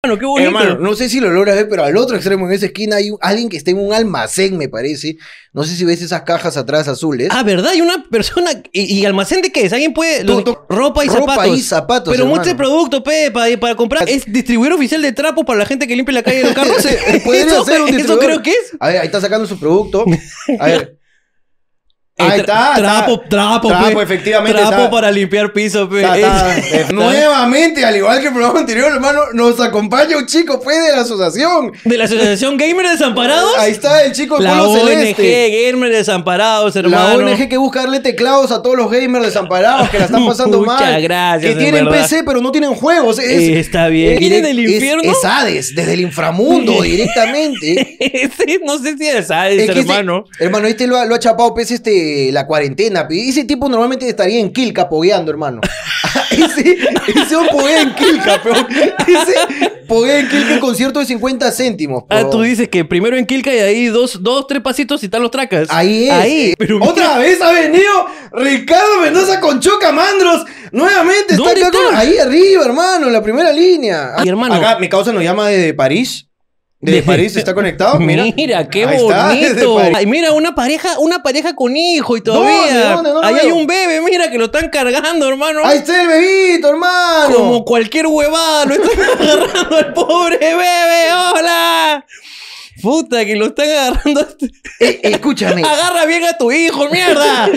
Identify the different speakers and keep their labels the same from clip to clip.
Speaker 1: Hermano, qué bonito.
Speaker 2: Hermano, no sé si lo logras ver, pero al otro extremo, en esa esquina, hay un- alguien que está en un almacén, me parece. No sé si ves esas cajas atrás azules.
Speaker 1: Ah, ¿verdad? Hay una persona. ¿Y, y almacén de qué es? ¿Alguien puede.?
Speaker 2: Tú-
Speaker 1: los-
Speaker 2: tú-
Speaker 1: ropa y
Speaker 2: ropa
Speaker 1: zapatos.
Speaker 2: y zapatos,
Speaker 1: Pero
Speaker 2: hermano.
Speaker 1: muestre producto, pe, para, para comprar. Es distribuidor oficial de trapos para la gente que limpia la calle de los carros.
Speaker 2: Podría
Speaker 1: eso,
Speaker 2: Eh, ser un
Speaker 1: eso
Speaker 2: distribuidor.
Speaker 1: creo que es.
Speaker 2: A ver, ahí está sacando su producto. A ver.
Speaker 1: Eh,
Speaker 2: Ahí
Speaker 1: tra-
Speaker 2: está. está.
Speaker 1: Trapo, trapo,
Speaker 2: Trapo,
Speaker 1: pe.
Speaker 2: efectivamente,
Speaker 1: Trapo
Speaker 2: está.
Speaker 1: para limpiar piso, pe.
Speaker 2: Ta, ta.
Speaker 1: Es-
Speaker 2: Eh, Nuevamente, al igual que el programa anterior, hermano, nos acompaña un chico, pues, de la asociación.
Speaker 1: De la Asociación Gamer Desamparados.
Speaker 2: Ahí está el chico de
Speaker 1: La
Speaker 2: Polo
Speaker 1: ONG
Speaker 2: Celeste.
Speaker 1: Gamer Desamparados,
Speaker 2: La
Speaker 1: hermano.
Speaker 2: ONG que busca darle teclados a todos los gamers desamparados que la están pasando
Speaker 1: Muchas
Speaker 2: mal.
Speaker 1: gracias,
Speaker 2: Que
Speaker 1: en
Speaker 2: tienen
Speaker 1: verdad.
Speaker 2: PC, pero no tienen juegos. Es,
Speaker 1: Eh, está bien.
Speaker 2: es-
Speaker 1: ¿Vienen del
Speaker 2: es-
Speaker 1: infierno?
Speaker 2: Es Hades, desde el inframundo directamente.
Speaker 1: Sí, no sé si es Hades,
Speaker 2: Es que ese-
Speaker 1: hermano.
Speaker 2: hermano, este lo ha, lo ha chapado, pues, este, la cuarentena. pe. Ese tipo normalmente estaría en Quilca pogueando, hermano. ese, ese hombre poguea en Quilca, peón. Ese poguea en Quilca en concierto de 50 céntimos,
Speaker 1: Ah,
Speaker 2: peón.
Speaker 1: tú dices que primero en Quilca y ahí dos, dos, tres pasitos y están los tracas.
Speaker 2: Ahí es.
Speaker 1: Ahí.
Speaker 2: Eh,
Speaker 1: Pero
Speaker 2: Otra vez ha venido Ricardo Mendoza con Chocamandros. Nuevamente está
Speaker 1: ¿Dónde
Speaker 2: acá con-
Speaker 1: está?
Speaker 2: ahí arriba, hermano, en la primera línea.
Speaker 1: Ay, hermano.
Speaker 2: Acá mi causa nos llama desde París. Desde
Speaker 1: Desde-
Speaker 2: París está conectado. Mira,
Speaker 1: mira, qué
Speaker 2: Oh, Ahí está, desde
Speaker 1: bonito.
Speaker 2: París.
Speaker 1: Ay, mira, una pareja, una pareja con hijo y todavía.
Speaker 2: ¿Dónde? ¿Dónde? No lo
Speaker 1: ahí hay
Speaker 2: veo.
Speaker 1: un bebé, mira, que lo están cargando, hermano.
Speaker 2: Ahí está el bebito, hermano.
Speaker 1: Como cualquier huevada, lo están agarrando al pobre bebé. ¡Hola! Puta, que lo están agarrando.
Speaker 2: Eh, escúchame.
Speaker 1: Agarra bien a tu hijo, mierda.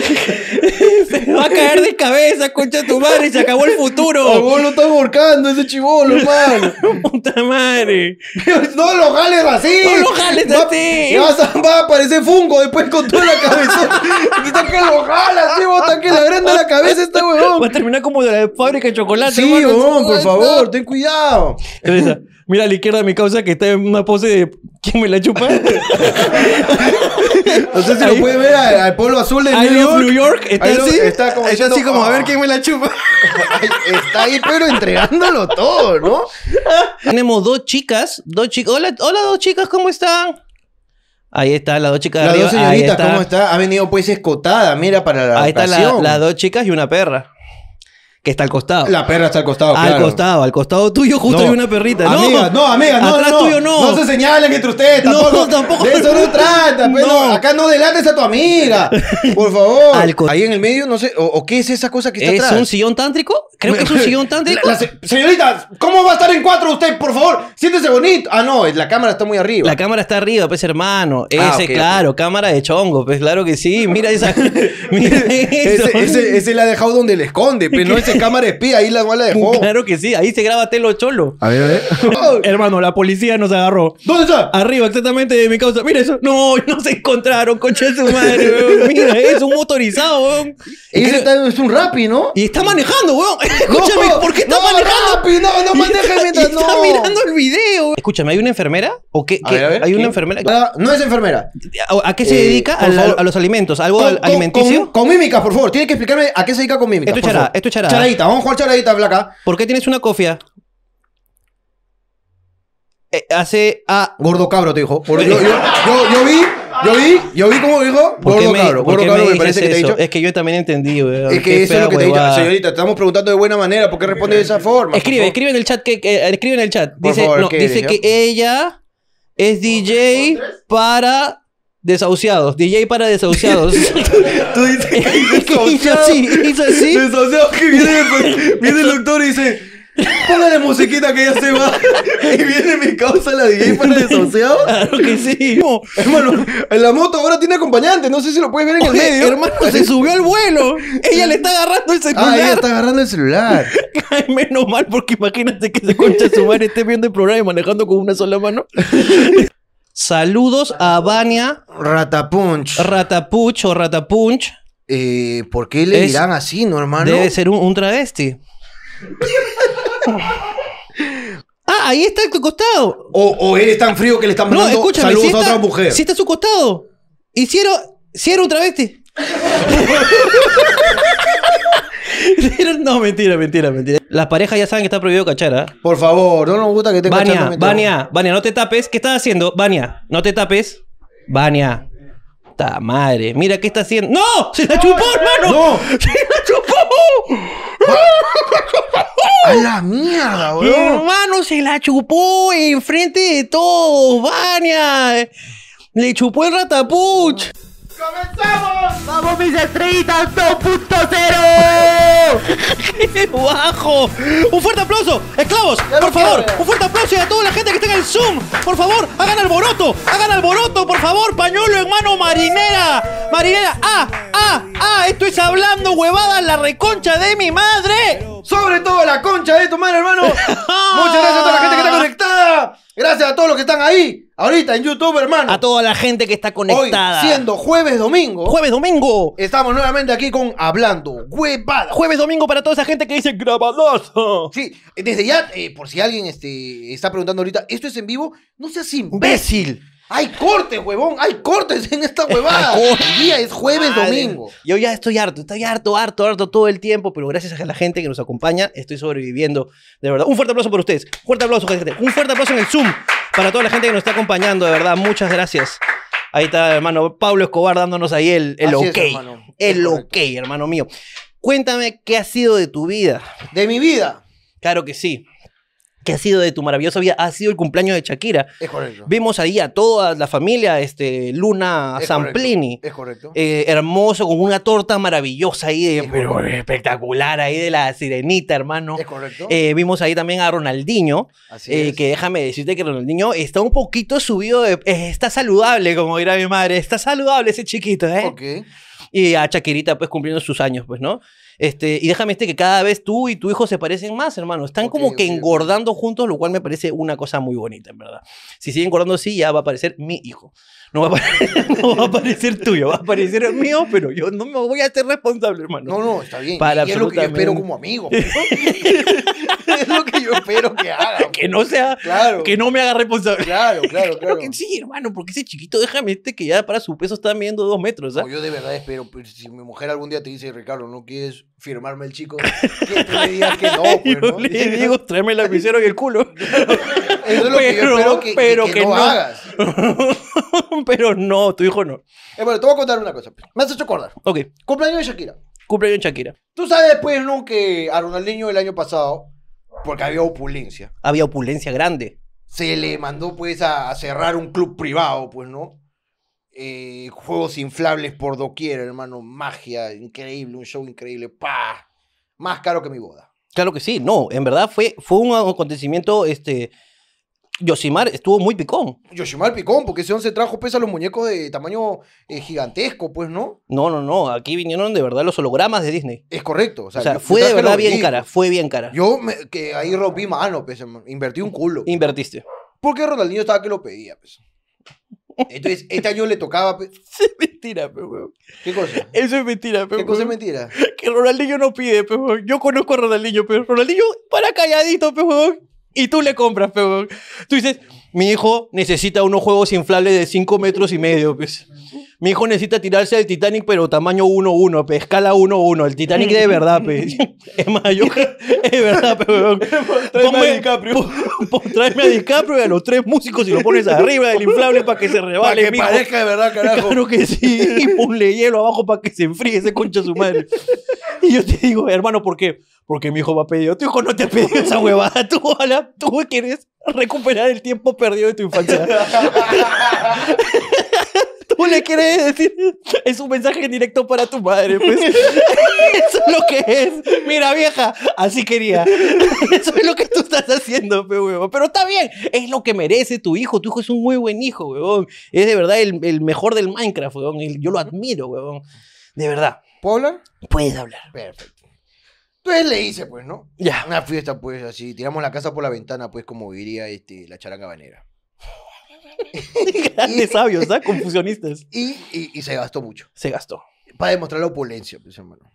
Speaker 1: Se va a caer de cabeza, concha de tu madre, y se acabó el
Speaker 2: A
Speaker 1: futuro.
Speaker 2: vos lo están ahorcando ese chivolo, hermano.
Speaker 1: Puta madre.
Speaker 2: no lo jales así.
Speaker 1: No lo jales
Speaker 2: Va-
Speaker 1: así.
Speaker 2: vas a- va a aparecer fungo después con toda la cabeza. Está que lo jala, así, bota que le agranda la cabeza este
Speaker 1: Va a
Speaker 2: huevón.
Speaker 1: terminar como de la fábrica de chocolate.
Speaker 2: Sí,
Speaker 1: hermano.
Speaker 2: huevón, por favor, ten cuidado.
Speaker 1: Teresa, mira a la izquierda mi causa que está en una pose de ¿Quién me la chupa?
Speaker 2: No sé si
Speaker 1: Ahí-
Speaker 2: lo puede ver al, al pueblo azul de
Speaker 1: I
Speaker 2: New
Speaker 1: love
Speaker 2: York.
Speaker 1: New York. Está
Speaker 2: Ahí lo-
Speaker 1: así.
Speaker 2: está como diciendo,
Speaker 1: así como a ver
Speaker 2: "Ah".
Speaker 1: quién me la chupa.
Speaker 2: Ay, Está ahí, pero entregándolo todo, ¿no?
Speaker 1: Tenemos dos chicas. Dos chicas. Hola, hola, dos chicas, ¿cómo están? Ahí está, las dos chicas de
Speaker 2: Las dos
Speaker 1: arriba. Ahí
Speaker 2: señoritas,
Speaker 1: está.
Speaker 2: ¿cómo está? Ha venido pues escotada, mira, para la
Speaker 1: Ahí están la-
Speaker 2: ocasión.
Speaker 1: las dos chicas y una perra. Que está al costado.
Speaker 2: La perra está al costado,
Speaker 1: al
Speaker 2: claro.
Speaker 1: costado, al costado tuyo justo
Speaker 2: No.
Speaker 1: hay una perrita.
Speaker 2: Amigas, no, amigas, no,
Speaker 1: Atrás
Speaker 2: no,
Speaker 1: tuyo no.
Speaker 2: No se señalen entre ustedes,
Speaker 1: No,
Speaker 2: tampoco.
Speaker 1: tampoco.
Speaker 2: De eso no trata, pues, no.
Speaker 1: No.
Speaker 2: Acá no delates a tu amiga, por favor.
Speaker 1: Al co-
Speaker 2: Ahí en el medio, no sé, o, o qué es esa cosa que está
Speaker 1: ¿Es
Speaker 2: atrás.
Speaker 1: un sillón tántrico? Creo que es un sillón tántrico.
Speaker 2: La- la se- señorita, ¿cómo va a estar en cuatro usted, por favor? Siéntese bonito. Ah, no, la cámara está muy arriba.
Speaker 1: La cámara está arriba, pues hermano. Ese,
Speaker 2: Ah, ok,
Speaker 1: claro, cámara de chongo, pues claro que sí. Mira esa. mira eso.
Speaker 2: ese, ese, ese la ha dejado donde le esconde, pero no ese cámara espía, ahí la, no la dejó.
Speaker 1: Claro que sí, ahí se graba Telo Cholo.
Speaker 2: A ver, a ver.
Speaker 1: Hermano, la policía nos agarró.
Speaker 2: ¿Dónde está?
Speaker 1: Arriba, exactamente de mi causa. Mira eso. No, no se encontraron, concha de su madre, weón. Mira, es un motorizado, weón.
Speaker 2: Ese
Speaker 1: Creo-
Speaker 2: está- es un rapi, ¿no?
Speaker 1: Y está manejando, weón. Escúchame, ¿por qué está
Speaker 2: no,
Speaker 1: manejando?
Speaker 2: Rappi, no, no
Speaker 1: Y
Speaker 2: manejes
Speaker 1: está-
Speaker 2: mientras
Speaker 1: y
Speaker 2: no.
Speaker 1: está mirando el video. Escúchame, ¿hay una enfermera? ¿O qué?
Speaker 2: A
Speaker 1: qué-
Speaker 2: ver, a ver,
Speaker 1: ¿Hay
Speaker 2: ¿quién?
Speaker 1: una enfermera?
Speaker 2: Ah, No es enfermera.
Speaker 1: ¿A, a qué se
Speaker 2: Eh,
Speaker 1: dedica?
Speaker 2: por
Speaker 1: Al-
Speaker 2: favor.
Speaker 1: a los alimentos. ¿Algo al- alimenticio?
Speaker 2: Con, con mímicas, por favor. Tienes que explicarme a qué se dedica con mímicas.
Speaker 1: Esto es
Speaker 2: por
Speaker 1: charada,
Speaker 2: favor.
Speaker 1: esto es charada.
Speaker 2: Charadita, vamos a jugar charadita, flaca.
Speaker 1: ¿Por qué tienes una cofia? Eh, hace a...
Speaker 2: Gordo cabro, te dijo. Gordo- yo, yo, yo, yo vi, yo vi, yo vi cómo dijo.
Speaker 1: ¿Por qué
Speaker 2: Gordo
Speaker 1: me-
Speaker 2: cabro,
Speaker 1: por qué
Speaker 2: gordo cabro, me
Speaker 1: dices
Speaker 2: parece que te he
Speaker 1: eso?
Speaker 2: dicho.
Speaker 1: Es que yo también entendí, weón.
Speaker 2: Es que
Speaker 1: Qué
Speaker 2: eso es lo
Speaker 1: fea
Speaker 2: que te he dicho.
Speaker 1: huevada.
Speaker 2: Señorita, te estamos preguntando de buena manera. ¿Por qué responde de esa forma?
Speaker 1: Escribe, escribe en el chat que, que- escribe en el chat.
Speaker 2: Por
Speaker 1: Dice,
Speaker 2: favor,
Speaker 1: no,
Speaker 2: ¿qué
Speaker 1: dice
Speaker 2: dijo?
Speaker 1: que ella es DJ para desahuciados, DJ para desahuciados.
Speaker 2: Tú dices
Speaker 1: hizo así, hizo así.
Speaker 2: Desahuciado que viene, el- viene el doctor y dice: Póngale musiquita que ya se va. Y viene mi causa, la DJ para desahuciado.
Speaker 1: Claro que sí.
Speaker 2: Hermano, la moto ahora tiene acompañante. No sé si lo puedes ver en el
Speaker 1: Oye,
Speaker 2: medio.
Speaker 1: hermano, se subió al vuelo. Ella le está agarrando el
Speaker 2: Ah, ella
Speaker 1: celular.
Speaker 2: está agarrando el celular.
Speaker 1: Ay, menos mal, porque imagínate que se concha su madre esté viendo el programa y manejando con una sola mano. Saludos a Vania
Speaker 2: Ratapunch.
Speaker 1: Ratapuch o Ratapunch.
Speaker 2: Eh, ¿Por qué le
Speaker 1: Es-
Speaker 2: dirán así, Ah, no, hermano?
Speaker 1: Debe ser un, un travesti. ah, ahí está a tu costado.
Speaker 2: O, o eres tan frío que le están
Speaker 1: No,
Speaker 2: mandando
Speaker 1: escúchame.
Speaker 2: saludos
Speaker 1: si
Speaker 2: a
Speaker 1: está,
Speaker 2: otra mujer.
Speaker 1: si está a su costado. Y si era, si era un travesti. Era- no, mentira, mentira, mentira. Las parejas ya saben que está prohibido cachar, ¿ah?
Speaker 2: Por favor, no nos gusta que te
Speaker 1: Vania, Vania, Vania, no te tapes. ¿Qué estás haciendo? Vania, no te tapes. Vania. Ta madre, mira qué está haciendo. ¡No! ¡Se la chupó, hermano!
Speaker 2: ¡Ah, ¡No!
Speaker 1: ¡Se la chupó!
Speaker 2: ¡A la mierda,
Speaker 1: Mi
Speaker 2: weón!
Speaker 1: hermano se la chupó enfrente de todos, Vania. Le chupó el ratapuch.
Speaker 3: ¡Vamos mis estrellitas 2.0!
Speaker 1: ¡Qué guajo! ¡Un fuerte aplauso! ¡Esclavos!
Speaker 2: Ya
Speaker 1: ¡Por
Speaker 2: lo
Speaker 1: favor!
Speaker 2: quiero.
Speaker 1: ¡Un fuerte aplauso y a toda la gente que está en el Zoom! ¡Por favor! ¡Hagan alboroto! ¡Hagan alboroto! ¡Por favor! ¡Pañuelo en mano marinera! ¡Marinera! ¡Ah! ¡Ah! ¡Ah! ¡Esto es hablando huevada la reconcha de mi madre!
Speaker 2: Sobre todo la concha de tu madre, hermano. Muchas gracias a toda la gente que está conectada. Gracias a todos los que están ahí. Ahorita en YouTube, hermano.
Speaker 1: A toda la gente que está
Speaker 2: Hoy,
Speaker 1: conectada.
Speaker 2: siendo jueves domingo,
Speaker 1: ¡Jueves, domingo!
Speaker 2: estamos nuevamente aquí con Hablando Huevada.
Speaker 1: ¡Jueves, domingo para toda esa gente que dice grabadoso!
Speaker 2: Sí, desde ya, eh, por si alguien este, está preguntando ahorita, ¿esto es en vivo? No seas imbécil. Hay cortes, huevón. Hay cortes en esta huevada.
Speaker 1: Hay cortes.
Speaker 2: El día es jueves
Speaker 1: Madre.
Speaker 2: domingo.
Speaker 1: Yo ya estoy harto, estoy harto, harto, harto todo el tiempo, pero gracias a la gente que nos acompaña, estoy sobreviviendo, de verdad. Un fuerte aplauso por ustedes. Fuerte aplauso, gente. Un fuerte aplauso en el Zoom para toda la gente que nos está acompañando, de verdad. Muchas gracias. Ahí está, hermano Pablo Escobar dándonos ahí el, el
Speaker 2: Así
Speaker 1: ok.
Speaker 2: es, hermano.
Speaker 1: el
Speaker 2: Es
Speaker 1: ok,
Speaker 2: correcto.
Speaker 1: hermano mío. Cuéntame qué ha sido de tu vida.
Speaker 2: De mi vida.
Speaker 1: Claro que sí. ¿Qué ha sido de tu maravillosa vida? Ha sido el cumpleaños de Shakira.
Speaker 2: Es correcto.
Speaker 1: Vimos ahí a toda la familia, este, Luna
Speaker 2: Es
Speaker 1: Zamplini.
Speaker 2: correcto. Es correcto.
Speaker 1: Eh, hermoso, con una torta maravillosa ahí, de-
Speaker 2: Es
Speaker 1: pero espectacular ahí de la sirenita, hermano.
Speaker 2: Es correcto.
Speaker 1: Eh, vimos ahí también a Ronaldinho,
Speaker 2: Así
Speaker 1: eh,
Speaker 2: es.
Speaker 1: que déjame decirte que Ronaldinho está un poquito subido, de- eh, está saludable, como dirá mi madre, está saludable ese chiquito, ¿eh?
Speaker 2: Ok.
Speaker 1: Y a Chaquirita, pues cumpliendo sus años, pues, ¿no? Este, y déjame decirte que cada vez tú y tu hijo se parecen más, hermano. Están
Speaker 2: Ok,
Speaker 1: como que
Speaker 2: ok, ok.
Speaker 1: engordando juntos, lo cual me parece una cosa muy bonita, en verdad. Si siguen engordando así, ya va a aparecer mi hijo. No va, a aparecer, no va a aparecer tuyo, va a aparecer el mío, pero yo no me voy a hacer responsable, hermano.
Speaker 2: No, no, está bien.
Speaker 1: Para
Speaker 2: y es lo que yo espero
Speaker 1: absolutamente.
Speaker 2: como amigo. pues, ¿no? es lo que yo espero que haga. pues.
Speaker 1: Que no sea,
Speaker 2: Claro.
Speaker 1: que no me haga responsable.
Speaker 2: Claro, claro,
Speaker 1: Claro
Speaker 2: claro.
Speaker 1: que sí, hermano, porque ese chiquito, déjame este que ya para su peso está midiendo dos metros, ¿ah?
Speaker 2: No, yo de verdad espero, pues, si mi mujer algún día te dice, Ricardo, ¿no quieres firmarme el chico? Que tú le digas que no, pues,
Speaker 1: Yo
Speaker 2: ¿no?
Speaker 1: le digo, tráeme el lapicero y el culo.
Speaker 2: Eso es lo que yo
Speaker 1: pero-
Speaker 2: espero que,
Speaker 1: pero
Speaker 2: que,
Speaker 1: que
Speaker 2: no,
Speaker 1: no.
Speaker 2: hagas.
Speaker 1: Pero no, tu hijo no.
Speaker 2: Eh, bueno, te voy a contar una cosa. pues. Me has hecho acordar.
Speaker 1: Ok,
Speaker 2: Cumpleaños de Shakira.
Speaker 1: cumpleaños en Shakira.
Speaker 2: Tú sabes, pues, ¿no? Que a Ronaldinho el año pasado, porque había opulencia,
Speaker 1: Había opulencia grande.
Speaker 2: se le mandó pues a, a cerrar un club privado, pues, ¿no? Eh, juegos inflables por doquier, hermano, magia, increíble, un show increíble, pa, más caro que mi boda.
Speaker 1: Claro que sí, no, en verdad fue, fue un acontecimiento, este, Yosimar estuvo muy picón.
Speaker 2: Yoshimar Picón, porque ese 11 trajo pues a los muñecos de tamaño eh, gigantesco, pues, ¿no?
Speaker 1: No, no, no, aquí vinieron de verdad los hologramas de Disney.
Speaker 2: Es correcto. O
Speaker 1: O
Speaker 2: sea,
Speaker 1: sea,
Speaker 2: yo
Speaker 1: fue de
Speaker 2: traje
Speaker 1: verdad
Speaker 2: los
Speaker 1: bien
Speaker 2: muñecos.
Speaker 1: cara, fue bien cara.
Speaker 2: Yo me- que ahí rompí mano, pues, hermano, invertí un culo.
Speaker 1: Invertiste.
Speaker 2: Porque Ronaldinho estaba que lo pedía, pues. Entonces, este año le tocaba, pues.
Speaker 1: Eso es mentira, pe, weón.
Speaker 2: ¿Qué cosa?
Speaker 1: Eso es mentira, pe,
Speaker 2: ¿Qué cosa
Speaker 1: weón.
Speaker 2: es mentira?
Speaker 1: Que Ronaldinho no pide, pe, weón. Yo conozco a Ronaldinho, pero Ronaldinho para calladito, pe, weón. Y tú le compras, pe, weón. Tú dices, mi hijo necesita unos juegos inflables de 5 metros y medio, pues. Mi hijo necesita tirarse al Titanic, pero tamaño 1-1, pe, escala 1-1. El Titanic de verdad, pe. Es mayor. Es verdad, pe, weón. Ponme- pon- pon- tráeme a DiCaprio y a los tres músicos y lo pones arriba del inflable para que se
Speaker 2: Para
Speaker 1: rebale,
Speaker 2: que
Speaker 1: mijo.
Speaker 2: parezca de verdad, carajo.
Speaker 1: Claro que sí. Y ponle hielo abajo para que se enfríe ese concha de su madre. Y yo te digo, hermano, ¿por qué? Porque mi hijo me ha pedido. Tu hijo no te ha pedido esa huevada. Tú, ojalá, tú quieres recuperar el tiempo perdido de tu infancia. Tú le quieres decir. Es un mensaje directo para tu madre, pues. Eso es lo que es. Mira, vieja, así quería. Eso es lo que tú estás haciendo, pe, huevón. Pero está bien. Es lo que merece tu hijo. Tu hijo es un muy buen hijo, huevón. Es de verdad el, el mejor del Minecraft, huevón. El- Yo lo admiro, huevón. De verdad.
Speaker 2: ¿Puedo hablar?
Speaker 1: Puedes hablar.
Speaker 2: Perfecto. Entonces le hice, pues, ¿no?
Speaker 1: Ya.
Speaker 2: Una fiesta, pues, así. Tiramos la casa por la ventana, pues, como diría este, la charanga banera.
Speaker 1: Grandes sabios, ¿ah? Confusionistas.
Speaker 2: Y, y- y se gastó mucho.
Speaker 1: Se gastó.
Speaker 2: Para demostrar la opulencia, pues, hermano.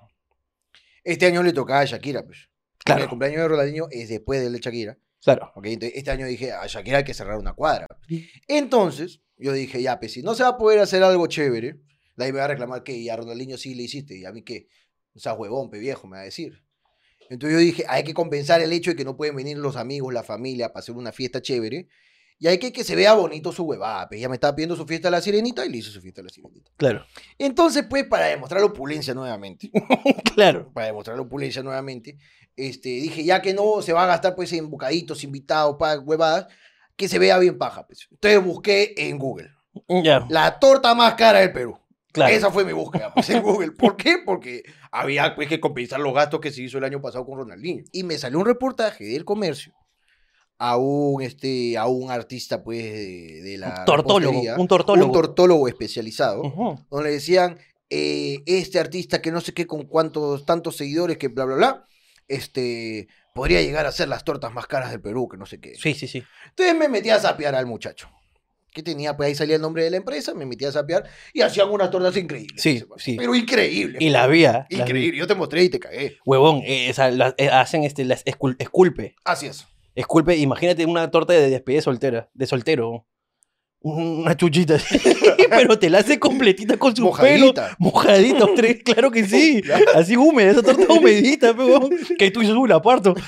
Speaker 2: Este año le tocaba a Shakira, pues. Porque
Speaker 1: Claro.
Speaker 2: El cumpleaños de Ronaldinho es después del de Shakira.
Speaker 1: Claro.
Speaker 2: ¿ok? Entonces, este año dije, a Shakira hay que cerrar una cuadra. Entonces, yo dije, ya, pues, si no se va a poder hacer algo chévere, de ahí me va a reclamar que y a Ronaldinho sí le hiciste, y a mí qué. O sea, huevón, pe viejo, me va a decir. Entonces yo dije, hay que compensar el hecho de que no pueden venir los amigos, la familia, para hacer una fiesta chévere. Y hay que que se vea bonito su huevada, pues. Ella me estaba pidiendo su fiesta a la sirenita y le hice su fiesta a la sirenita.
Speaker 1: Claro,
Speaker 2: Entonces, pues, para demostrar la opulencia nuevamente,
Speaker 1: claro.
Speaker 2: para demostrar la opulencia nuevamente, este, dije, ya que no se va a gastar, pues, en bocaditos, invitados, pa, huevadas, que se vea bien paja, pues. Entonces busqué en Google.
Speaker 1: Ya,
Speaker 2: La torta más cara del Perú.
Speaker 1: claro.
Speaker 2: Esa fue mi búsqueda pues, en Google. ¿Por qué? Porque había pues, que compensar los gastos que se hizo el año pasado con Ronaldinho. Y me salió un reportaje del comercio a un, este, a un artista pues, de, de la.
Speaker 1: Un tortólogo,
Speaker 2: repostería,
Speaker 1: un tortólogo.
Speaker 2: Un tortólogo especializado.
Speaker 1: Ujú.
Speaker 2: Donde decían: eh, Este artista que no sé qué, con cuántos tantos seguidores, que bla, bla, bla. Este. Podría llegar a ser las tortas más caras del Perú, que no sé qué.
Speaker 1: Sí, sí, sí.
Speaker 2: Entonces me metí a sapear al muchacho. Que tenía, pues ahí salía el nombre de la empresa, me metí a sapear y hacían unas tortas increíbles.
Speaker 1: Sí,
Speaker 2: ese man.
Speaker 1: sí.
Speaker 2: Pero increíbles.
Speaker 1: Y la vía. la vía.
Speaker 2: Increíble. Yo te mostré y te cagué.
Speaker 1: Huevón, eh, esa- las- eh, hacen este, las escul- esculpe.
Speaker 2: Así es.
Speaker 1: Esculpe, imagínate una torta de despedida soltera, de soltero. Una chuchita. así. Pero te la hace completita con su
Speaker 2: Mojadita.
Speaker 1: pelo. Mojadita. tres, claro que sí. Así húmeda, esa torta humedita, pe, huevón. Que tú dices, uy, la parto.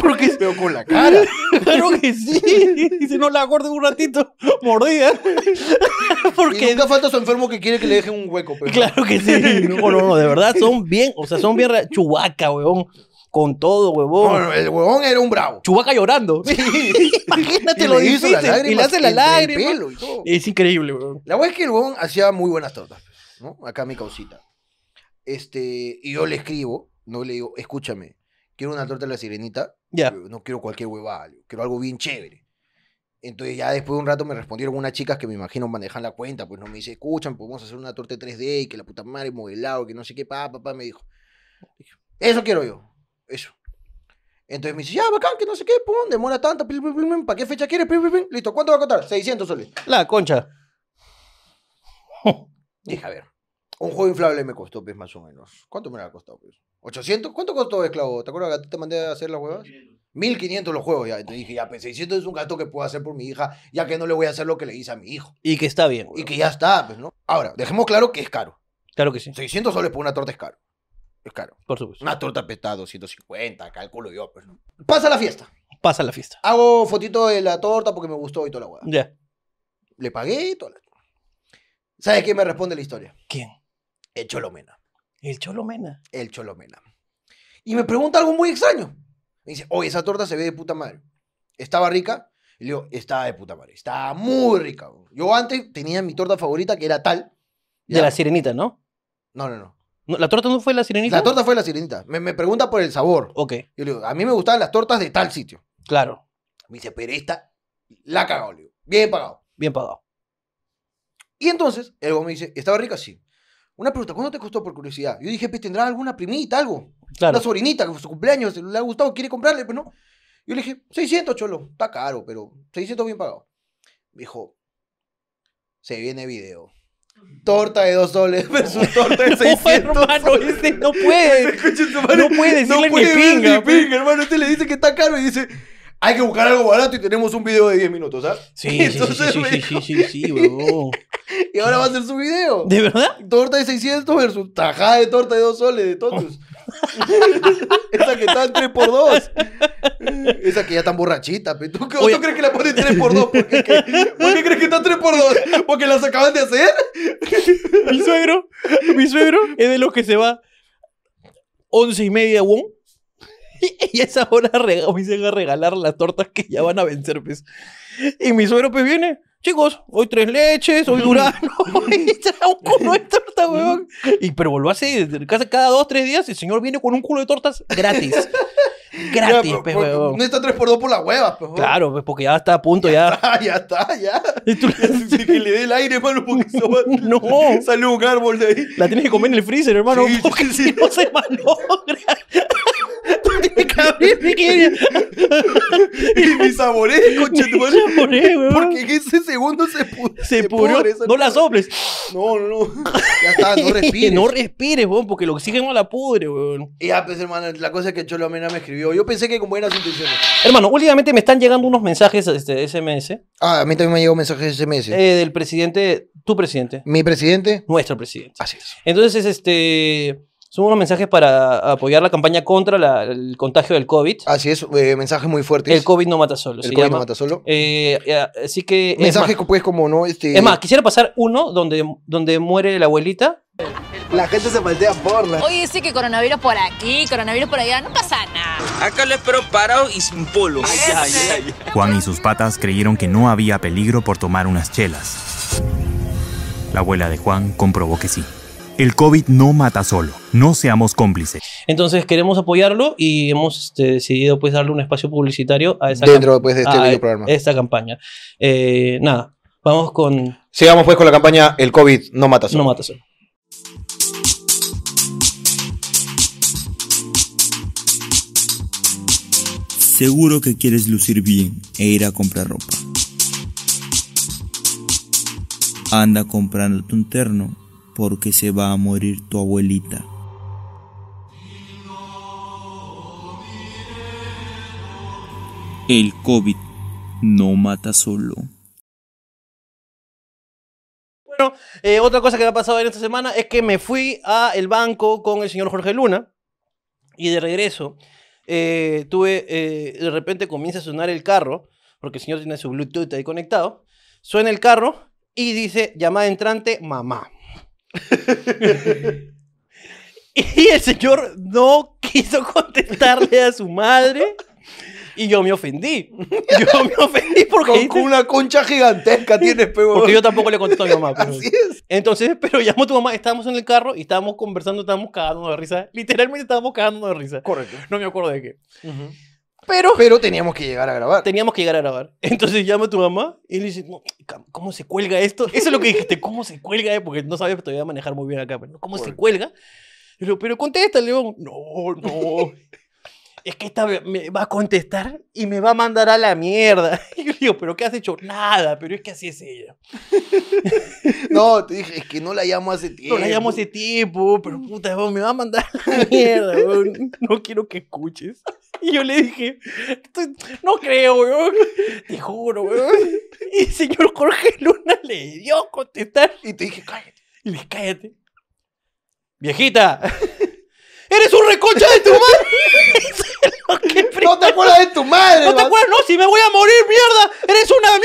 Speaker 1: Porque
Speaker 2: Pero con la cara.
Speaker 1: claro que sí. Dice, no la acordes un ratito. Mordida.
Speaker 2: Porque
Speaker 1: Porque
Speaker 2: nunca falta su enfermo que quiere que le dejen un hueco. pues. pero-
Speaker 1: Claro que sí. No, no, no, de verdad son bien, o sea, son bien re- Chubaca, huevón. Con todo,
Speaker 2: No,
Speaker 1: huevón.
Speaker 2: no, el huevón era un bravo.
Speaker 1: Chubaca llorando. Imagínate
Speaker 2: Y
Speaker 1: lo
Speaker 2: le hizo
Speaker 1: difícil.
Speaker 2: las lágrimas
Speaker 1: y le hace la
Speaker 2: entre el
Speaker 1: lágrima.
Speaker 2: pelo y todo.
Speaker 1: Es increíble, huevón.
Speaker 2: La verdad es que el huevón hacía muy buenas tortas, pues, ¿no? Acá mi causita. Este, y yo le escribo, no le digo, escúchame, quiero una torta de la sirenita,
Speaker 1: Ya.
Speaker 2: Yo no quiero cualquier huevada, yo quiero algo bien chévere. Entonces ya después de un rato me respondieron unas chicas que me imagino manejan la cuenta, pues no me dice, escuchan, podemos hacer una torta 3D y que la puta madre modelado, que no sé qué, papá, papá, me dijo. Dije, Eso quiero yo, eso. Entonces me dice, ya, bacán, que no sé qué, pum, demora tanto, pil, pil, pil, pil, ¿para qué fecha quieres? Pil, pil, pil. Listo, ¿cuánto va a costar? 600 soles.
Speaker 1: La concha.
Speaker 2: Dije, a ver, un juego inflable me costó, pues, más o menos. ¿Cuánto me ha costado, pues? ¿800? ¿Cuánto costó, esclavo? ¿Te acuerdas que te mandé a hacer las huevas? 1500 los juegos, ya. Entonces dije, ya, pues, 600 es un gasto que puedo hacer por mi hija, ya que no le voy a hacer lo que le hice a mi hijo.
Speaker 1: Y que está bien.
Speaker 2: Y
Speaker 1: huevón.
Speaker 2: que ya está, pues, ¿no? Ahora, dejemos claro que es caro.
Speaker 1: Claro que sí,
Speaker 2: 600 soles por una torta es caro. Es caro.
Speaker 1: por supuesto.
Speaker 2: Una torta pesada 250, calculo yo, pues, ¿no? Pasa la fiesta.
Speaker 1: Pasa la fiesta.
Speaker 2: Hago fotito de la torta porque me gustó y toda la hueva.
Speaker 1: Ya.
Speaker 2: Le pagué y toda la... ¿Sabes quién me responde la historia?
Speaker 1: ¿Quién?
Speaker 2: El Cholomena.
Speaker 1: El Cholo Mena.
Speaker 2: el Cholomena. Y me pregunta algo muy extraño. Me dice, oye, esa torta se ve de puta madre. ¿Estaba rica? Y le digo, estaba de puta madre. Estaba muy rica. bro". Yo antes tenía mi torta favorita, que era tal.
Speaker 1: De
Speaker 2: Ya.
Speaker 1: la sirenita, ¿no?
Speaker 2: No, no, no.
Speaker 1: ¿no? ¿La torta no fue la sirenita?
Speaker 2: La torta fue la sirenita. Me, me pregunta por el sabor.
Speaker 1: Ok,
Speaker 2: Yo le digo, a mí me gustaban las tortas de tal sitio.
Speaker 1: claro.
Speaker 2: Me dice, pero esta la ha cagado, le digo. Bien pagado.
Speaker 1: Bien pagado.
Speaker 2: Y entonces, el güey me dice, ¿estaba rica? Sí. Una pregunta, ¿cuánto te costó por curiosidad? Yo dije, pues tendrá alguna primita, algo.
Speaker 1: Claro.
Speaker 2: una sobrinita que por su cumpleaños le ha gustado, quiere comprarle, pero no. Yo le dije, 600, cholo, está caro, pero 600 bien pagado. Me dijo, se viene video. Torta de dos soles versus torta de 600.
Speaker 1: No, hermano, ese no puede.
Speaker 2: Escuchen, su
Speaker 1: No puede decirle ni
Speaker 2: puede ver
Speaker 1: pinga, pues.
Speaker 2: pinga, hermano. Usted le dice que está caro y dice, hay que buscar algo barato y tenemos un video de 10 minutos, ¿sabes?
Speaker 1: Sí, sí, sí,
Speaker 2: Entonces
Speaker 1: sí,
Speaker 2: me
Speaker 1: sí, sí,
Speaker 2: dijo-
Speaker 1: sí, sí, huevón.
Speaker 2: Y ahora va a ser su video.
Speaker 1: ¿De verdad?
Speaker 2: Torta de 600 versus tajada de torta de 2 soles de Totus. Esa que está en 3x2. Esa que ya tan borrachita. pe. ¿Tú, qué-
Speaker 1: Oye.
Speaker 2: tú crees que la ponen 3x2? ¿Por qué, ¿Qué- por qué crees que está 3x2? ¿Porque las acaban de hacer?
Speaker 1: Mi suegro, mi suegro es de los que se va once y media won. Y a esa hora rega- me dicen a regalar las tortas que ya van a vencer, pues. Y mi suegro, pues, viene. Chicos, hoy tres leches, hoy durazno. y trae un culo de torta, weón. Y, pero lo hace casi cada dos, tres días. El señor viene con un culo de tortas gratis.
Speaker 2: Ya,
Speaker 1: gratis,
Speaker 2: pero-
Speaker 1: pues,
Speaker 2: por-
Speaker 1: weón.
Speaker 2: No está 3x2 por las huevas, pues.
Speaker 1: Claro, pues, porque ya está a punto, ya.
Speaker 2: Ah, ya está, ya.
Speaker 1: Y tú le-
Speaker 2: Sí, que le dé el aire, hermano, porque se va-
Speaker 1: No.
Speaker 2: Salió un árbol de ahí.
Speaker 1: La tienes que comer en el freezer, hermano.
Speaker 2: Sí, sí,
Speaker 1: porque
Speaker 2: sí.
Speaker 1: si no se malogra. Tú tienes que abrir pequeña.
Speaker 2: Y me saboreé, coche, tu madre.
Speaker 1: Saboreé, weón.
Speaker 2: Porque en ese segundo se, pu
Speaker 1: Se pudrió.
Speaker 2: pudre esa
Speaker 1: No la
Speaker 2: mierda.
Speaker 1: soples.
Speaker 2: No, no, no. Ya está, no respires.
Speaker 1: no respires, weón, porque el oxígeno la pudre, weón.
Speaker 2: Y ya, pues, hermano, la cosa es que Cholo Mena me escribió. Yo pensé que con buenas intenciones.
Speaker 1: Hermano, últimamente me están llegando unos mensajes este, SMS eh,
Speaker 2: Ah, a mí también me llegó mensajes de SMS.
Speaker 1: del presidente, tu presidente,
Speaker 2: Mi presidente.
Speaker 1: nuestro presidente.
Speaker 2: Así es.
Speaker 1: Entonces, este. Son unos mensajes para apoyar la campaña contra la- el contagio del COVID.
Speaker 2: Así es, eh, mensajes muy fuertes.
Speaker 1: El COVID no mata solo.
Speaker 2: El
Speaker 1: se
Speaker 2: COVID no
Speaker 1: llama.
Speaker 2: mata solo.
Speaker 1: Eh, eh, así que. es
Speaker 2: mensajes
Speaker 1: más-
Speaker 2: pues como no, este...
Speaker 1: Es más, quisiera pasar uno donde, donde muere la abuelita.
Speaker 2: La gente se maldea por la...
Speaker 4: Hoy dice que coronavirus por aquí, coronavirus por allá, no pasa nada.
Speaker 5: Acá lo espero parado y sin polos.
Speaker 6: Juan y sus patas creyeron que no había peligro por tomar unas chelas. La abuela de Juan comprobó que sí. El COVID no mata solo, no seamos cómplices.
Speaker 1: Entonces queremos apoyarlo y hemos este, decidido pues darle un espacio publicitario a esa
Speaker 2: Dentro, pues, de este
Speaker 1: a
Speaker 2: bello programa.
Speaker 1: Esta campaña. Eh, nada, vamos con
Speaker 2: Sigamos pues con la campaña El COVID no mata
Speaker 1: No mata solo.
Speaker 7: Seguro que quieres lucir bien e ir a comprar ropa. Anda comprándote un terno porque se va a morir tu abuelita. El COVID no mata solo.
Speaker 1: Bueno, eh, otra cosa que me ha pasado en esta semana es que me fui al banco con el señor Jorge Luna y de regreso eh, tuve, eh, de repente comienza a sonar el carro, porque el señor tiene su Bluetooth ahí conectado, suena el carro y dice llamada entrante mamá. y el señor no quiso contestarle a su madre y yo me ofendí. Yo me ofendí porque...
Speaker 2: Con,
Speaker 1: hice-
Speaker 2: con una concha gigantesca tienes, pego.
Speaker 1: porque yo tampoco le contesto a mi mamá. pues. pero-
Speaker 2: Así es.
Speaker 1: entonces, pero llamó a tu mamá, estábamos en el carro y estábamos conversando, estábamos cagándonos de risa. Literalmente estábamos cagándonos de risa.
Speaker 2: Correcto.
Speaker 1: No me acuerdo de qué.
Speaker 2: Pero... Pero teníamos que llegar a grabar.
Speaker 1: Teníamos que llegar a grabar. Entonces llama a tu mamá y le dice, "No, cam- ¿cómo se cuelga esto? Eso es lo que dijiste, ¿cómo se cuelga? eh? Porque no sabes todavía manejar muy bien acá, pero ¿cómo se cuelga? Y le digo, pero contesta, León. No, no. Es que esta ve- me va a contestar y me va a mandar a la mierda. Y yo le digo, ¿pero qué has hecho? Nada, pero es que así es ella.
Speaker 2: No, te dije, es que no la llamo hace tiempo.
Speaker 1: No la llamo hace tiempo,
Speaker 2: Mm.
Speaker 1: pero puta, weón, me va a mandar a la mierda, weón. No quiero que escuches. Y yo le dije, "Estoy- no creo, weón. Te juro, weón. Y el señor Jorge Luna le dio a contestar.
Speaker 2: Y te dije, cállate.
Speaker 1: Y le dije, cállate. Viejita, eres un reconcha de tu madre.
Speaker 2: No te acuerdas de tu madre.
Speaker 1: ¿No te
Speaker 2: man.
Speaker 1: acuerdas? No, si me voy a morir, mierda. Eres una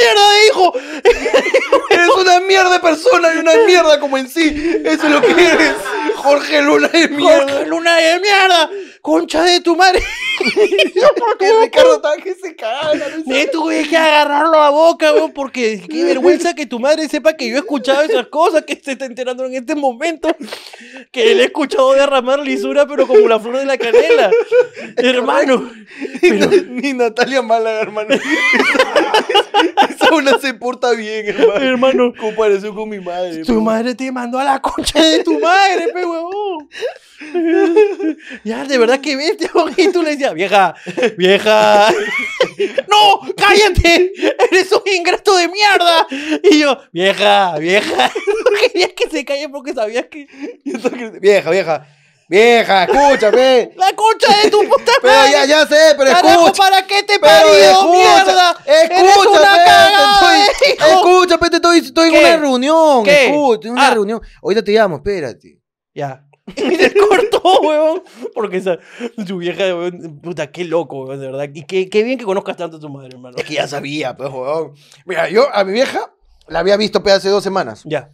Speaker 1: mierda de hijo.
Speaker 2: Eres una mierda de persona y una mierda como en sí. Eso es lo que eres. Jorge Luna es mierda.
Speaker 1: Jorge Luna de mierda. Concha de tu madre.
Speaker 2: Que Ricardo estaba que se cagaba. la risa.
Speaker 1: Me tuve que agarrarlo a boca, weón, porque qué vergüenza que tu madre sepa que yo he escuchado esas cosas, que se está enterando en este momento, que él he escuchado derramar lisura, pero como la flor de la canela. Hermano, pero-
Speaker 2: Ni Natalia Málaga, hermano. Esa- Esa una se porta bien, hermano.
Speaker 1: hermano,
Speaker 2: Comparación con mi madre.
Speaker 1: tu
Speaker 2: bro.
Speaker 1: madre te mandó a la concha de tu madre, pe, huevón. Ya, de verdad que vete, y tú le decías, vieja, vieja. ¡No! ¡Cállate! ¡Eres un ingrato de mierda! Y yo, vieja, vieja. No querías que se calle porque sabías que.
Speaker 2: Vieja, vieja. Vieja, escúchame.
Speaker 1: ¡La concha de tu puta
Speaker 2: Pero
Speaker 1: madre!
Speaker 2: ya, ya sé, pero
Speaker 1: Carajo,
Speaker 2: escucha.
Speaker 1: ¿Para qué te
Speaker 2: Pero
Speaker 1: parió,
Speaker 2: escucha,
Speaker 1: mierda? ¡Eres
Speaker 2: Escucha,
Speaker 1: una
Speaker 2: espérate,
Speaker 1: cagada,
Speaker 2: estoy-
Speaker 1: hijo!
Speaker 2: escucha, espérate, estoy, estoy en
Speaker 1: ¿Qué?
Speaker 2: una reunión.
Speaker 1: ¿Qué?
Speaker 2: Escucha, estoy en una
Speaker 1: Ah.
Speaker 2: reunión. Ahorita te llamo, espérate.
Speaker 1: Ya. Y se cortó, huevón. Porque esa, su vieja, huevón, puta, qué loco, huevón, de verdad. Y qué, qué bien que conozcas tanto a tu madre, hermano.
Speaker 2: Es que ya sabía, pues, huevón. Mira, yo a mi vieja la había visto pues, hace dos semanas.
Speaker 1: Ya,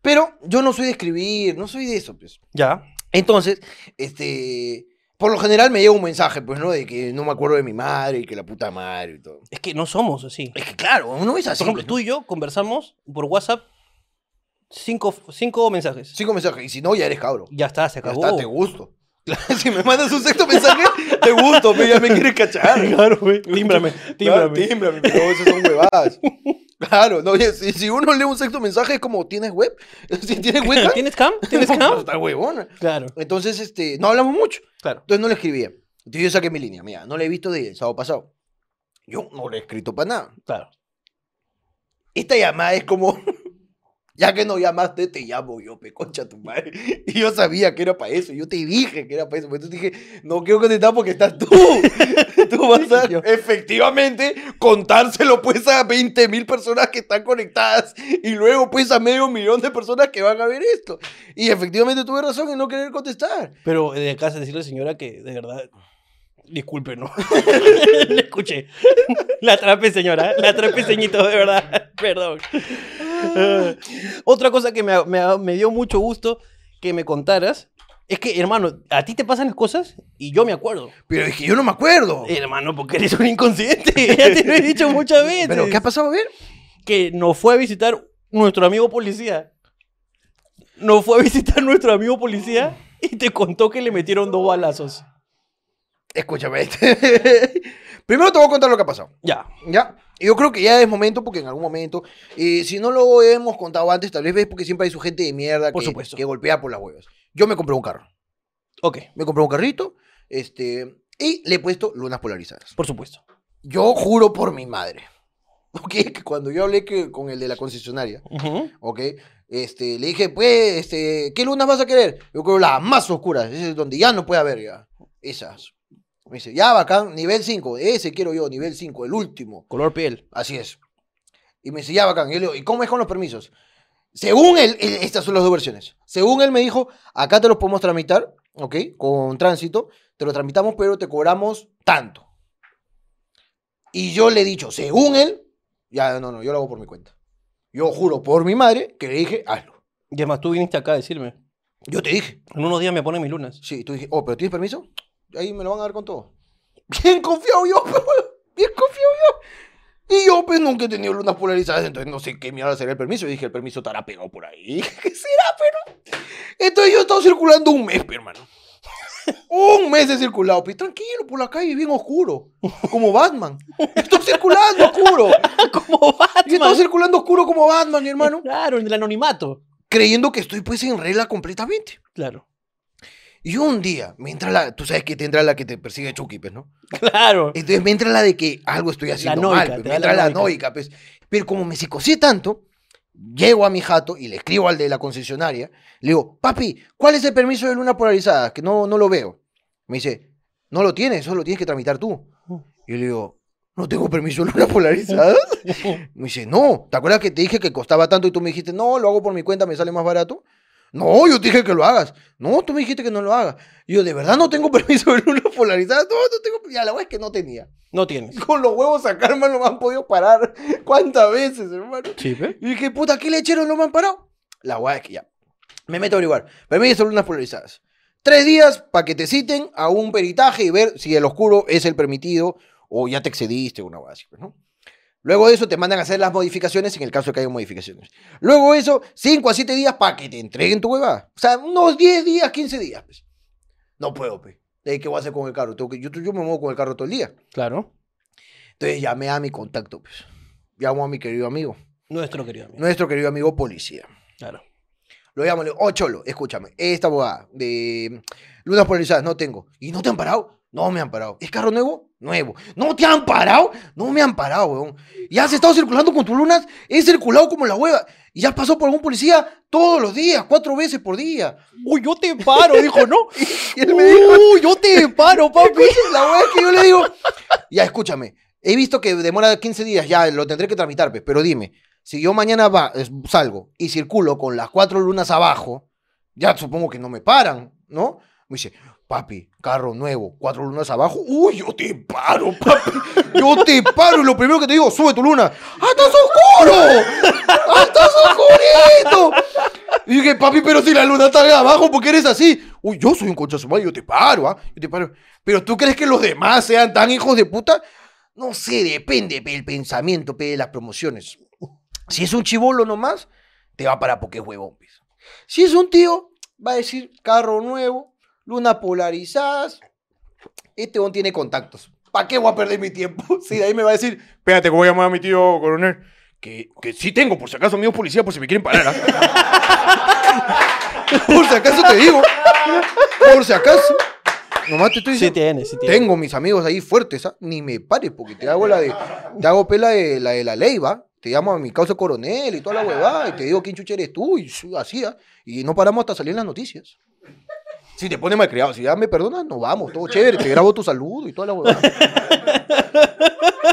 Speaker 2: Pero yo no soy de escribir, no soy de eso, pues.
Speaker 1: ya.
Speaker 2: Entonces, este. Por lo general me llega un mensaje, pues, ¿no? De que no me acuerdo de mi madre y que la puta madre y todo.
Speaker 1: Es que no somos así.
Speaker 2: Es que claro, uno es así. pues,
Speaker 1: Por ejemplo, tú y yo conversamos por WhatsApp cinco, cinco mensajes.
Speaker 2: Cinco mensajes. Y si no, ya eres cabro.
Speaker 1: Ya está, se
Speaker 2: Ya
Speaker 1: acabó.
Speaker 2: está, te gusto. si me mandas un sexto mensaje, te gusto, pero ya me quieres cachar.
Speaker 1: Claro, güey. Tímbrame,
Speaker 2: Claro,
Speaker 1: tímbrame.
Speaker 2: tímbrame, pero esas son huevadas. Claro, no, oye, si, si uno lee un sexto mensaje es como, ¿tienes web? Si tienes web, pues,
Speaker 1: ¿Tienes cam? ¿Tienes cam?
Speaker 2: Está huevona.
Speaker 1: Claro,
Speaker 2: Entonces, este, no hablamos mucho.
Speaker 1: claro.
Speaker 2: Entonces no le escribía. Entonces yo saqué mi línea, mira, no le he visto desde el sábado pasado. Yo no le he escrito para nada.
Speaker 1: Claro.
Speaker 2: Esta llamada es como, Ya que no llamaste, te llamo yo, pe, concha tu madre. Y yo sabía que era para eso. Yo te dije que era para eso. Pero entonces dije, no quiero contestar porque estás tú. tú vas a efectivamente contárselo pues a 20 mil personas que están conectadas y luego pues a medio millón de personas que van a ver esto. Y efectivamente tuve razón en no querer contestar.
Speaker 1: Pero eh, de acá se decirle, señora, que de verdad. Disculpe, no. Le escuché. La atrapé, señora. La atrapé, ceñito, de verdad. Perdón. Ah. Otra cosa que me, me- me dio mucho gusto que me contaras es que, hermano, a ti te pasan las cosas y yo me acuerdo.
Speaker 2: Pero es que yo no me acuerdo.
Speaker 1: Hermano, porque eres un inconsciente. Ya te lo he dicho muchas veces.
Speaker 2: ¿Pero qué ha pasado? A ver.
Speaker 1: que nos fue a visitar nuestro amigo policía. Nos fue a visitar nuestro amigo policía y te contó que le metieron dos balazos.
Speaker 2: Escúchame. Primero te voy a contar lo que ha pasado.
Speaker 1: Ya.
Speaker 2: ¿Ya? Yo creo que ya es momento, porque en algún momento, eh, si no lo hemos contado antes, tal vez ves porque siempre hay su gente de mierda
Speaker 1: Por
Speaker 2: que,
Speaker 1: supuesto.
Speaker 2: que golpea por las huevas. Yo me compré un carro.
Speaker 1: Ok,
Speaker 2: Me compré un carrito, este, y le he puesto lunas polarizadas.
Speaker 1: por supuesto.
Speaker 2: Yo juro por mi madre. ¿Ok? Que cuando yo hablé que- con el de la concesionaria,
Speaker 1: Ujú.
Speaker 2: ¿ok? Este, le dije, pues, este, ¿qué lunas vas a querer? Yo creo las más oscuras, esas donde ya no puede haber ya. Esas. Me dice, ya bacán, nivel 5, ese quiero yo, nivel 5, el último.
Speaker 1: Color piel.
Speaker 2: Así es. Y me dice, ya bacán. Y yo le digo, ¿y cómo es con los permisos? Según él, él- estas son las dos versiones. Según él me dijo, acá te los podemos tramitar, ¿ok? Con tránsito, te los tramitamos, pero te cobramos tanto. Y yo le he dicho, según él, ya no, no, yo lo hago por mi cuenta. Yo juro por mi madre que le dije, hazlo.
Speaker 1: Y además tú viniste acá a decirme.
Speaker 2: Yo te dije,
Speaker 1: En unos días me ponen mis lunas.
Speaker 2: sí, tú dije, oh, pero ¿tienes permiso? Ahí me lo van a dar con todo. Bien confiado yo, pero bien confiado yo. Y yo, pues, nunca he tenido lunas polarizadas, entonces no sé qué mierda será el permiso. Y dije, el permiso estará pegado por ahí. ¿Qué será, pero? Entonces yo he estado circulando un mes, pe, hermano. Un mes he circulado, pues, tranquilo, por la calle, bien oscuro. Como Batman. Estoy circulando oscuro.
Speaker 1: ¿Cómo
Speaker 2: Yo he estado
Speaker 1: Batman?
Speaker 2: circulando oscuro como Batman, mi hermano.
Speaker 1: Claro, en el anonimato.
Speaker 2: Creyendo que estoy, pues, en regla completamente.
Speaker 1: Claro.
Speaker 2: Y un día me entra la. Tú sabes que te entra la que te persigue Chucky, pues, ¿no?
Speaker 1: Claro.
Speaker 2: Entonces me entra la de que algo estoy haciendo
Speaker 1: noica,
Speaker 2: mal.
Speaker 1: te
Speaker 2: pues, me
Speaker 1: da la
Speaker 2: entra la
Speaker 1: noica.
Speaker 2: noica, pues. Pero como me psicosé tanto, llego a mi jato y le escribo al de la concesionaria. Le digo, papi, ¿cuál es el permiso de luna polarizada? Que no, no lo veo. Me dice, no lo tienes, eso lo tienes que tramitar tú.
Speaker 1: Oh.
Speaker 2: Y yo le digo, ¿no tengo permiso de luna polarizada? Me dice, no, ¿te acuerdas que te dije que costaba tanto y tú me dijiste, no, lo hago por mi cuenta, me sale más barato? No, yo te dije que lo hagas. No, tú me dijiste que no lo hagas. Y yo, de verdad no tengo permiso de luna polarizada. No, no tengo. Ya la wea es que no tenía.
Speaker 1: No tienes.
Speaker 2: Con los huevos acá, hermano, me han podido parar. ¿Cuántas veces, hermano?
Speaker 1: Sí, ¿ve?
Speaker 2: Y dije, puta, ¿qué lecheros no me han parado? La wea es que ya. Me meto a averiguar. Permiso de lunas polarizadas. Tres días para que te citen a un peritaje y ver si el oscuro es el permitido o ya te excediste o una wea así, pues, ¿no? Luego de eso te mandan a hacer las modificaciones en el caso de que haya modificaciones. Luego de eso, 5 a 7 días para que te entreguen tu hueva. O sea, unos 10 días, 15 días. pues. No puedo, pues. Eh, ¿Qué voy a hacer con el carro? Tengo que- yo, yo me muevo con el carro todo el día.
Speaker 1: Claro.
Speaker 2: Entonces llamé a mi contacto, pues. Llamo a mi querido amigo,
Speaker 1: Nuestro querido amigo.
Speaker 2: nuestro querido amigo policía.
Speaker 1: Claro.
Speaker 2: Lo llamo, le digo, oh, Cholo, escúchame, esta abogada de lunas polarizadas no tengo. ¿Y no te han parado? No me han parado. ¿Es carro nuevo? Nuevo. ¿No te han parado? No me han parado, weón. ¿Ya has estado circulando con tus lunas? He circulado como la hueva. ¿Y ya has pasado por algún policía? Todos los días, cuatro veces por día.
Speaker 1: Uy, yo te paro, dijo, ¿no?
Speaker 2: Y él me dijo-
Speaker 1: Uy, yo te paro, papi.
Speaker 2: Escucha, la hueá es que yo le digo, ya escúchame, he visto que demora 15 días, ya lo tendré que tramitar, pues, pero dime, si yo mañana va, es- salgo y circulo con las cuatro lunas abajo, ya supongo que no me paran, ¿no? Me dice, papi, carro nuevo, cuatro lunas abajo, uy, yo te paro, papi, yo te paro y lo primero que te digo, sube tu luna, ¡ah, estás oscuro! ¡Ah, estás oscurito! Y dije, papi, pero si la luna está acá abajo, ¿por qué eres así? Uy, yo soy un concha de su madre, yo te paro, ¿ah? Yo te paro. Pero tú crees que los demás sean tan hijos de puta? No sé, depende pe, del pensamiento, pe, de las promociones. Si es un chivolo nomás, te va para porque es huevón. pe. Si es un tío, va a decir carro nuevo, lunas polarizadas. Este huevón tiene contactos. ¿Para qué voy a perder mi tiempo? Si de ahí me va a decir, espérate, que voy a llamar a mi tío coronel. Que, que sí tengo, por si acaso, amigos policía, por si me quieren parar. ¿ah? Por si acaso te digo. Por si acaso. Nomás te estoy
Speaker 1: Sí
Speaker 2: diciendo.
Speaker 1: tienes, sí tienes.
Speaker 2: Tengo mis amigos ahí fuertes, ¿ah? Ni me pares, porque te hago la de. Te hago pela de la de la ley, ¿va? Te llamo a mi causa coronel y toda la huevada, y te digo quién chucha eres tú, y su- así, ¿ah? y no paramos hasta salir en las noticias. Si te pones malcriado, si ya me perdonas, nos vamos, todo chévere, te grabo tu saludo y toda la huevada.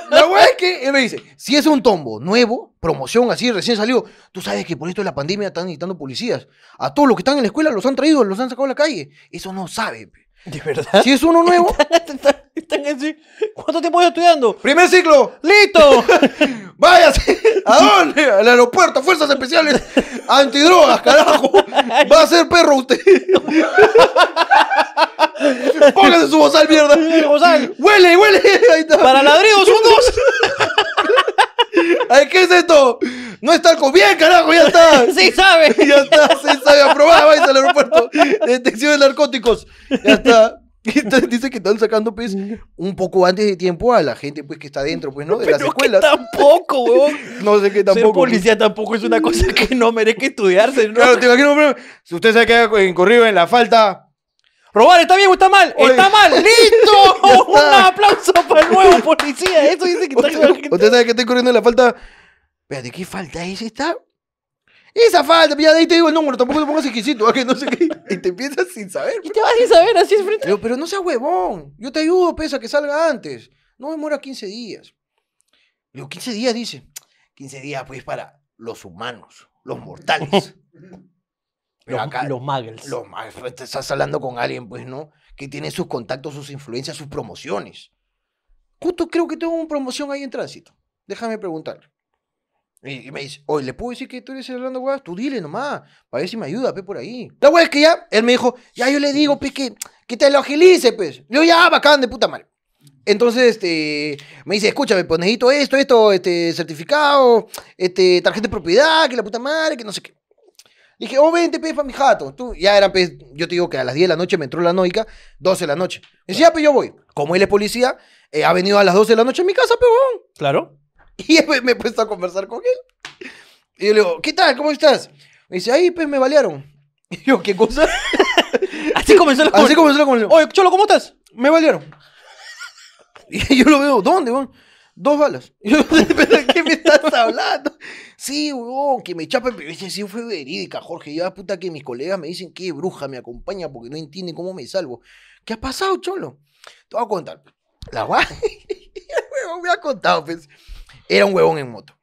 Speaker 2: La hueá es que él me dice, si es un tombo nuevo, promoción así, recién salió, tú sabes que por esto de la pandemia están necesitando policías. A todos los que están en la escuela los han traído, los han sacado a la calle. Eso no sabe. pe.
Speaker 1: ¿De verdad?
Speaker 2: Si es uno nuevo,
Speaker 1: Están- están así. ¿Cuánto tiempo estás estudiando?
Speaker 2: primer ciclo,
Speaker 1: ¡Listo!
Speaker 2: váyase. ¿A dónde? Al aeropuerto, fuerzas especiales, antidrogas, carajo. Va a ser perro usted. Póngase su bozal, mierda.
Speaker 1: bozal.
Speaker 2: Huele, huele. Ahí está.
Speaker 1: ¡Para ladridos, un dos!
Speaker 2: Ay, ¿Qué es esto? No está alcohol. Bien, carajo, ya está.
Speaker 1: ¡Sí sabe!
Speaker 2: ya está, se sabe aprobada, vais al aeropuerto. Detección de narcóticos. Ya está. Entonces dice que están sacando pues un poco antes de tiempo a la gente pues que está dentro pues no de las
Speaker 1: Pero que
Speaker 2: escuelas.
Speaker 1: tampoco, weón.
Speaker 2: No sé qué
Speaker 1: Ser
Speaker 2: tampoco. pues.
Speaker 1: policía tampoco es una cosa que no merezca estudiarse, ¿no?
Speaker 2: Claro, te imagino, pero, si usted se queda incurrido en la falta,
Speaker 1: Robar está bien o está mal,
Speaker 2: Oye.
Speaker 1: está mal,
Speaker 2: Ya
Speaker 1: listo.
Speaker 2: está.
Speaker 1: Un aplauso para el nuevo policía. Eso dice que está
Speaker 2: usted, usted sabe que está incurriendo en la falta. Espérate, ¿qué falta es esta? Esa falta, ya de ahí te digo el número, tampoco te pongas exquisito, ¿a que no sé qué. Y te empiezas sin saber.
Speaker 1: Y te vas sin saber así es
Speaker 2: Le
Speaker 1: frente.
Speaker 2: digo, pero no seas huevón. Yo te ayudo, pesa, que salga antes. No demora 15 días. Le digo, 15 días, dice. 15 días, pues, para los humanos, los mortales. Pero acá-
Speaker 1: Los muggles.
Speaker 2: los más, pues, te estás hablando con alguien, pues, ¿no? Que tiene sus contactos, sus influencias, sus promociones. Justo creo que tengo una promoción ahí en tránsito. Déjame preguntarle. Y, y me dice, oye, ¿le puedo decir que tú eres el Orlando Guas? Tú dile nomás, para ver si me ayuda, pe, por ahí. La wea es que ya, él me dijo, ya yo le digo, pe, que, que te lo agilice, pues. Yo ya, bacán, de puta madre. Entonces, este, me dice, escúchame, pues necesito esto, esto, este, certificado, este, tarjeta de propiedad, que la puta madre, que no sé qué. Le Dije, oh, vente, pe, pa' mi jato. Tú, ya eran, pe, yo te digo que a las 10 de la noche me entró la noica, 12 de la noche. Me dice, ya, pe, yo voy. Como él es policía, eh, ha venido a las 12 de la noche a mi casa, pe, huevón.
Speaker 1: Claro.
Speaker 2: Y me, me he puesto a conversar con él. Y yo le digo, ¿qué tal? ¿Cómo estás? Me dice, ahí, pues, me balearon. Y yo, ¿qué cosa?
Speaker 1: Así comenzó la conversación.
Speaker 2: Así comenzó la conversación.
Speaker 1: Oye, Cholo, ¿cómo estás?
Speaker 2: Me balearon. Y yo lo veo, ¿dónde, weón? Dos balas. Y yo, ¿pero de qué me estás hablando? Sí, weón, que me chapa, pero ese sí fue verídica, Jorge. Ya puta que mis colegas me dicen que bruja me acompaña porque no entienden cómo me salvo. ¿Qué ha pasado, cholo? Te voy a contar. La guay. El huevón me ha contado, pues. Era un huevón en moto.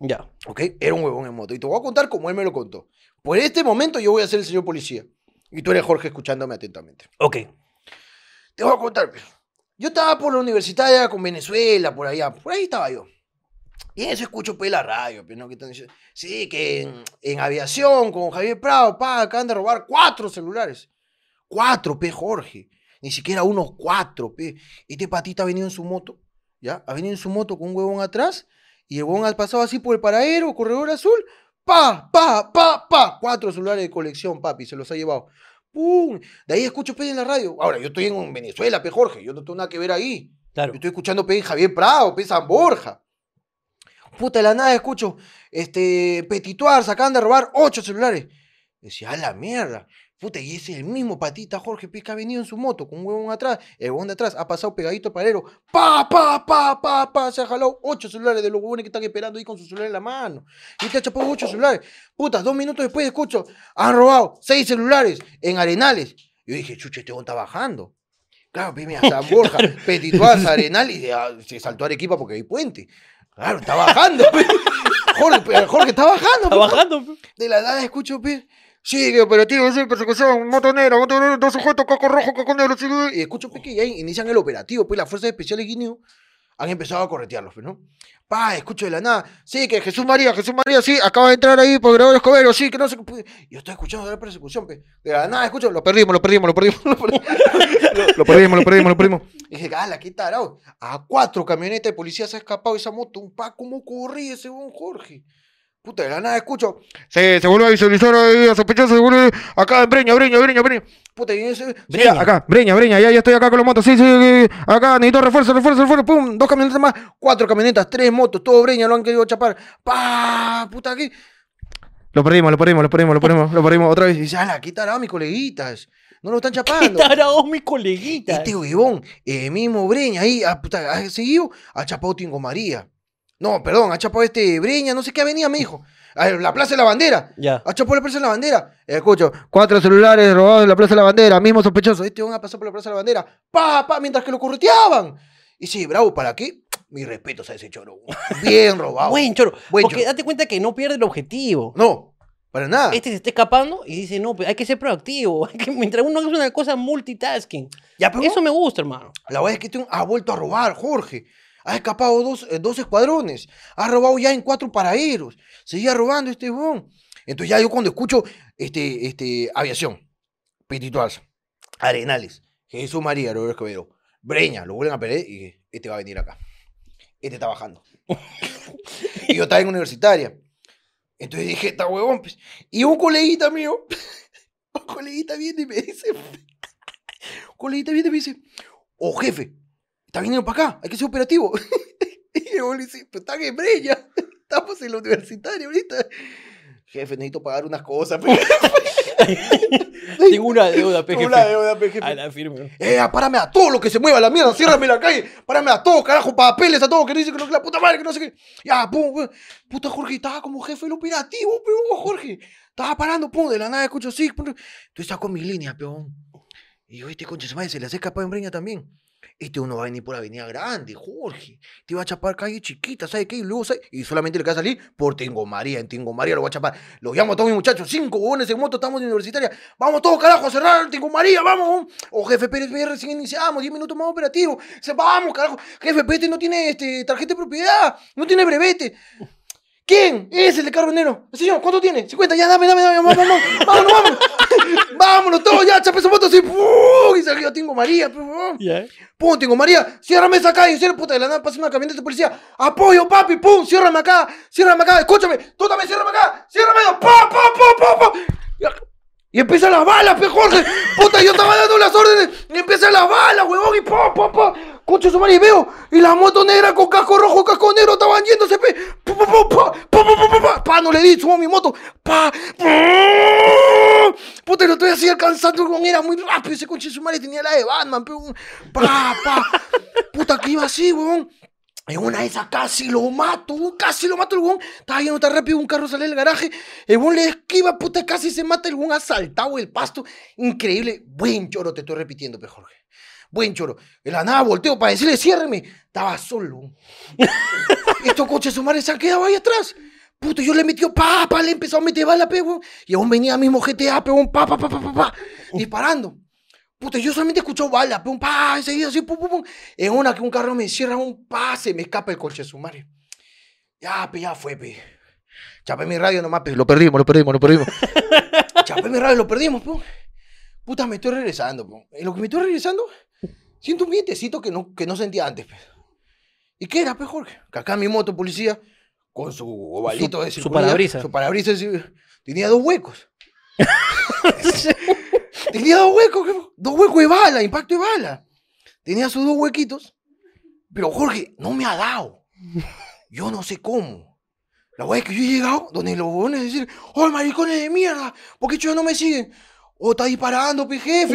Speaker 1: Ya.
Speaker 2: ¿Ok? Era un huevón en moto. Y te voy a contar como él me lo contó. Por este momento yo voy a ser el señor policía. Y tú eres Jorge escuchándome atentamente.
Speaker 1: Ok.
Speaker 2: Te voy a contar. pues. Yo estaba por la universidad con Venezuela, por allá. Por ahí estaba yo. Y en eso escucho pues la radio. Pues, ¿no? que están diciendo, sí, que en, en aviación con Javier Prado, pa, acaban de robar cuatro celulares. Cuatro, pe, Jorge. Ni siquiera unos cuatro, pe. Este patita ha venido en su moto, ¿ya? Ha venido en su moto con un huevón atrás y el huevón ha pasado así por el paradero, corredor azul. Pa, pa, pa, pa. Cuatro celulares de colección, papi, se los ha llevado. ¡Pum! De ahí escucho pe en la radio. Ahora, yo estoy en Venezuela, pe, Jorge. Yo no tengo nada que ver ahí.
Speaker 1: Claro.
Speaker 2: Yo estoy escuchando pe Javier Prado, pe San Borja. Puta, de la nada escucho, este, Petituar, se acaban de robar ocho celulares. Decía, a la mierda. Puta, y es el mismo patita Jorge P. que ha venido en su moto con un huevón atrás. El huevón de atrás ha pasado pegadito al parero. Pa, pa, pa, pa, pa. Se ha jalado ocho celulares de los huevones que están esperando ahí con su celular en la mano. Y te ha chapado ocho celulares. Puta, dos minutos después escucho, han robado seis celulares en Arenales. Yo dije, chucho, este huevón está bajando. Claro, pime a San Borja, Petituanza, Arenal y de- ah, se saltó a Arequipa porque hay puente. Claro, está bajando. pe. Jorge, pe- Jorge está bajando. pe.
Speaker 1: Trabajando.
Speaker 2: De la nada escucho, pe. Sí, que operativo, sí, persecución, moto negra, moto negra, dos sujetos, caco rojo, caco negro, sí, sí. Y escucho, pe, que ya inician el operativo, pues las fuerzas especiales guineo han empezado a corretearlos, pe, ¿no? Pa, escucho de la nada. Sí, que Jesús María, Jesús María, sí, acaba de entrar ahí por Gregorio Escobero, sí, que no sé qué. pe. Yo estoy escuchando la persecución, pe. De la nada escucho, lo perdimos, lo perdimos, lo perdimos, lo perdimos. lo perdimos, lo perdimos, lo perdimos. Y dije, gala, qué tarado. A cuatro camionetas de policía se ha escapado esa moto. Un pa, ¿cómo corrí ese buen Jorge? Puta, de la nada escucho. Se, se vuelve a visualizar ahí, a sospechoso, se vuelve. Acá, en Breña, Breña, Breña, Breña. Puta, y ese.
Speaker 1: Breña.
Speaker 2: Sí, acá, Breña, Breña, ya, ya estoy acá con los motos. Sí, sí, sí, acá, necesito refuerzo, refuerzo, refuerzo. Pum, dos camionetas más, cuatro camionetas, tres motos, todo Breña, lo han querido chapar. Pa, puta, aquí. Lo perdimos, lo perdimos, lo perdimos, lo perdimos, lo perdimos otra vez. Y dice, ala, qué tarado, mis coleguitas. No lo están chapando.
Speaker 1: Tarado mi coleguita.
Speaker 2: eh, ah, Este huevón, el mismo Breña ahí, ha, puta, ha seguido, ha chapado Tingo María, No, perdón, ha chapado este Breña, no sé qué avenida me dijo. A la Plaza de la Bandera.
Speaker 1: Ya.
Speaker 2: Ha chapado la Plaza de la Bandera. Escucho, cuatro celulares robados de la Plaza de la Bandera, mismo sospechoso. Este van a pasar por la Plaza de la Bandera. Pa, pa, mientras que lo correteaban. Y sí, bravo, ¿para qué? Mi respeto a ese choro. Bien robado.
Speaker 1: Buen choro.
Speaker 2: Buen
Speaker 1: porque
Speaker 2: choro. Ah.
Speaker 1: date cuenta que no pierde el objetivo.
Speaker 2: No, para nada.
Speaker 1: Este se está escapando y dice, no, pues hay que ser proactivo. Hay que, mientras uno hace una cosa multitasking.
Speaker 2: Ya, pero-
Speaker 1: Eso me gusta, hermano.
Speaker 2: La verdad es que este ha vuelto a robar, Jorge. Ha escapado dos, eh, dos escuadrones. Ha robado ya en cuatro paraderos. Seguía robando este bon. Entonces ya yo cuando escucho este, este, aviación, Petito Arce, Arenales, Jesús María, Roberto Escobedo, Breña, lo vuelven a perder y este va a venir acá. Este está bajando. y yo estaba en universitaria. Entonces dije, está huevón. pues". Y un coleguita mío, un coleguita viene y me dice, un coleguita viene y me dice, o jefe, está viniendo para acá, hay que ser operativo. y yo le dice, pero están en Breña, estamos en la universitaria ahorita. Jefe, necesito pagar unas cosas. pe".
Speaker 1: Tengo una deuda, pe,
Speaker 2: Una
Speaker 1: jefe.
Speaker 2: deuda, pe, jefe.
Speaker 1: A la firme.
Speaker 2: Eh, párame a todo lo que se mueva, la mierda, ciérrame la calle, párame a todo, carajo, papeles a todo, que no dice que no, que la puta madre, que no sé qué. Ya, pum, pum. puta Jorge, estaba como jefe del operativo, peón, Jorge. Estaba parando, pum, de la nada escucho sí, pum. Entonces saco mi línea, peón. Y yo, este concha, su madre, se le hace capaz en Breña también. Este uno va a venir por Avenida Grande, Jorge. Te va a chapar calle chiquita, ¿sabes qué? Y luego, ¿sabes? Y solamente le va a salir por Tengo María. En Tengo María lo voy a chapar. Lo llamo a todos mis muchachos. Cinco huevones en moto, estamos en universitaria. Vamos todos, carajo, a cerrar Tengo María, vamos. O jefe Pérez, ve, recién iniciamos. Diez minutos más operativo. Se, vamos, carajo. Jefe Pérez no tiene este, tarjeta de propiedad. No tiene brevete. ¿Quién? Es el de carbonero. Señor, ¿cuánto tiene? 50, ya, dame, dame, dame, vamos, vamos, vámonos, vámonos. Vámonos todos, ya, chapé su moto así, ¡pum! y salió Tingo María, pues, weón.
Speaker 1: Ya.
Speaker 2: Pum, Tingo María, ciérrame esa calle, cierra, puta, de la nada pasa una camioneta de policía, apoyo, papi, pum, ciérrame acá, ciérrame acá, escúchame, tú también ciérrame acá, ciérrame, pa, pa, pa, pa, pa. Y empiezan las balas, pe Jorge. Puta, yo estaba dando las órdenes. Y empiezan las balas, huevón. Y pa, pa, pa. Concha de su madre, y veo. Y las motos negras con casco rojo, casco negro estaban yéndose, pe. Pa, pa, pa, pa, pa, pa, pa, pa, pa. Pa, no le di, subo mi moto. Pa. Puta, y lo estoy así alcanzando, huevón. Era muy rápido. Ese concha de su madre tenía la de Batman, pe. huevón. Pa, pa. Puta, que iba así, huevón. En una de esas casi lo mato, weón, casi lo mato el weón. Estaba yendo tan rápido, un carro sale del garaje. El weón le esquiva, puta, casi se mata el weón asaltado el pasto. Increíble. Buen choro, te estoy repitiendo, pe Jorge. Buen choro. En la nada volteo para decirle, ciérreme. Estaba solo. weón. Estos coches su madre se han quedado ahí atrás. Puta, yo le metió, pa, pa, le empezó a meter bala, pe, weón. Y aún venía mismo GTA, pe, weón, pa, pa, pa, pa, pa, pa, disparando. Puta, yo solamente escucho bala, pum, pa, enseguida así, pum, pum, pum. En una que un carro me encierra, un pa, se me escapa el coche de su madre. Ya, pe, ya fue, pe. Chapé mi radio nomás, pe. Lo perdimos, lo perdimos, lo perdimos. Chapé mi radio, lo perdimos, pum. Puta, me estoy regresando, pum. En lo que me estoy regresando, siento un vientecito que no, que no sentía antes, pe. ¿Y qué era, pe, Jorge? Que acá mi moto, policía, con su ovalito de
Speaker 1: su
Speaker 2: seguridad,
Speaker 1: parabrisas.
Speaker 2: Su parabrisas, sí, tenía dos huecos. Tenía dos huecos, jefe. dos huecos de bala, impacto de bala. Tenía sus dos huequitos. Pero Jorge, no me ha dado. Yo no sé cómo. La weá es que yo he llegado donde los huevones decir, ¡Oh, maricones de mierda! ¿Por qué chicos no me siguen? ¡Oh, está disparando, pe jefe!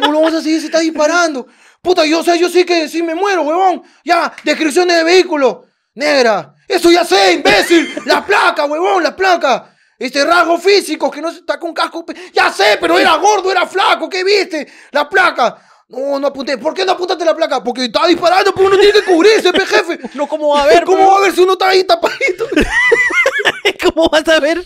Speaker 2: cómo lo vas a seguir si está disparando? Puta, yo sé, yo sí que sí me muero, huevón. Ya, descripciones de vehículo. Negra. Eso ya sé, imbécil. La placa, huevón, la placa. Este rasgo físico que no se está con casco. pe- Ya sé, pero era gordo, era flaco, ¿qué viste? La placa. No, no apunté. ¿Por qué no apuntaste la placa? Porque está disparando, pues uno tiene que cubrirse, pe jefe.
Speaker 1: No, ¿cómo va a ver?
Speaker 2: ¿Cómo va a ver si uno está ahí tapadito?
Speaker 1: ¿Cómo vas a ver?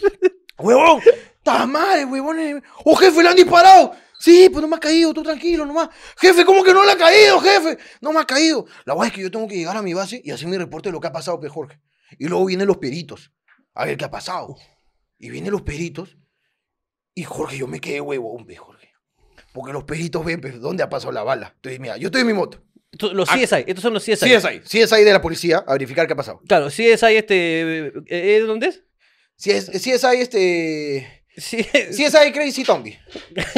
Speaker 2: ¡Huevón! ¡Ta madre, huevón! ¡Oh, jefe, le han disparado! Sí, pues no me ha caído, tú tranquilo nomás. Jefe, ¿cómo que no le ha caído, jefe? No me ha caído. La guay es que yo tengo que llegar a mi base y hacer mi reporte de lo que ha pasado, pe Jorge. Y luego vienen los peritos. A ver qué ha pasado. Y vienen los peritos. Y Jorge, yo me quedé huevón, pe Jorge. Porque los peritos ven, pe, dónde ha pasado la bala. Entonces, mira, yo estoy en mi moto.
Speaker 1: Tú- Los CSI, estos son los CSI.
Speaker 2: Sí es ahí. Sí es ahí de la policía a verificar qué ha pasado.
Speaker 1: Claro, CSI este... eh, eh, ¿Dónde es?
Speaker 2: Sí es, sí es ahí este...
Speaker 1: Sí,
Speaker 2: Sí es ahí Crazy Tombi.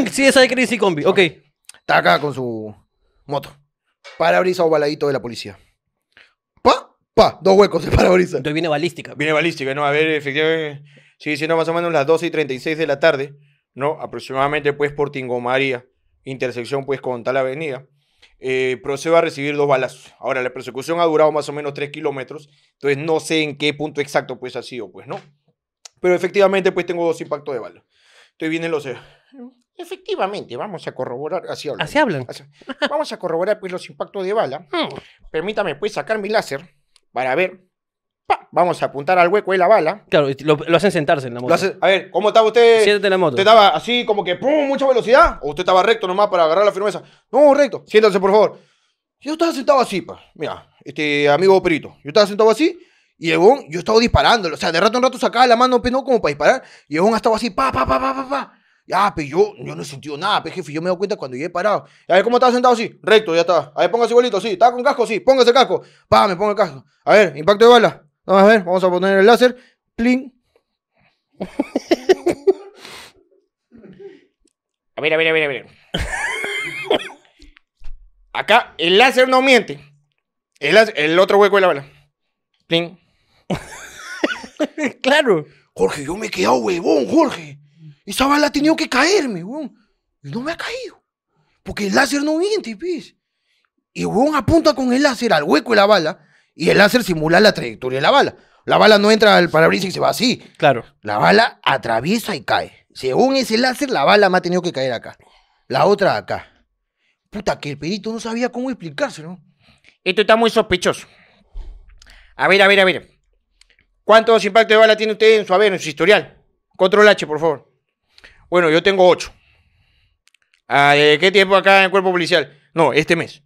Speaker 1: CSI Crazy Combi, ok.
Speaker 2: Está acá con su moto. Parabrisas ovaladito de la policía. Pa, pa, dos huecos de parabrisas.
Speaker 1: Entonces viene balística.
Speaker 8: Viene balística, ¿no? A ver, efectivamente, sigue siendo más o menos las 12 y 36 de la tarde, ¿no? Aproximadamente, pues, por Tingo María, intersección, pues, con tal avenida.
Speaker 2: eh, procedo a recibir dos balazos. Ahora, la persecución ha durado más o menos tres kilómetros, entonces no sé en qué punto exacto pues ha sido, pues, ¿no? Pero efectivamente, pues tengo dos impactos de bala. Entonces vienen los... eh, Efectivamente, vamos a corroborar, así hablan.
Speaker 1: Así hablan.
Speaker 2: Así- Vamos a corroborar pues los impactos de bala. Permítame pues sacar mi láser para ver. Pa, Vamos a apuntar al hueco de la bala.
Speaker 1: Claro, y lo, lo hacen eh, sentarse en la moto.
Speaker 2: Lo hace- a ver, ¿cómo estaba usted?
Speaker 1: Siéntate en la moto.
Speaker 2: ¿Usted estaba así como que pum, mucha velocidad? ¿O usted estaba recto nomás para agarrar la firmeza? No, recto. Siéntase, por favor. Yo estaba sentado así, pa. Mira, este amigo perito. Yo estaba sentado así y el huevón, yo estaba disparándolo. O sea, de rato en rato sacaba la mano, pues, no como para disparar. Y el huevón estaba así, pa, pa, pa, pa, pa, pa. Ya, pues yo, yo no he sentido nada, pues, jefe. Yo me he dado cuenta cuando yo he parado. A ver, ¿cómo estaba sentado así? Recto, ya está. A ver, póngase igualito, sí. ¿Estaba con casco? Sí, póngase casco. Pa, me pongo el casco. A ver, impacto de bala. Vamos a ver, vamos a poner el láser. Pling. A ver, a ver, a ver, a ver. Acá el láser no miente. El, láser- el otro hueco de la bala. Plin.
Speaker 1: Claro.
Speaker 2: Jorge, yo me he quedado huevón, Jorge. Esa bala ha tenido que caerme, huevón. Y no me ha caído. Porque el láser no miente, pis. Y huevón apunta con el láser al hueco de la bala. Y el láser simula la trayectoria de la bala. La bala no entra al parabrisas y se va así.
Speaker 1: Claro.
Speaker 2: La bala atraviesa y cae. Según ese láser, la bala me ha tenido que caer acá. La otra acá. Puta, que el perito no sabía cómo explicárselo. Esto está muy sospechoso. A ver, a ver, a ver. ¿Cuántos impactos de bala tiene usted en su haber, en su historial? Control H, por favor. Bueno, yo tengo ocho. Ah, ¿De qué tiempo acá en el cuerpo policial? No, este mes.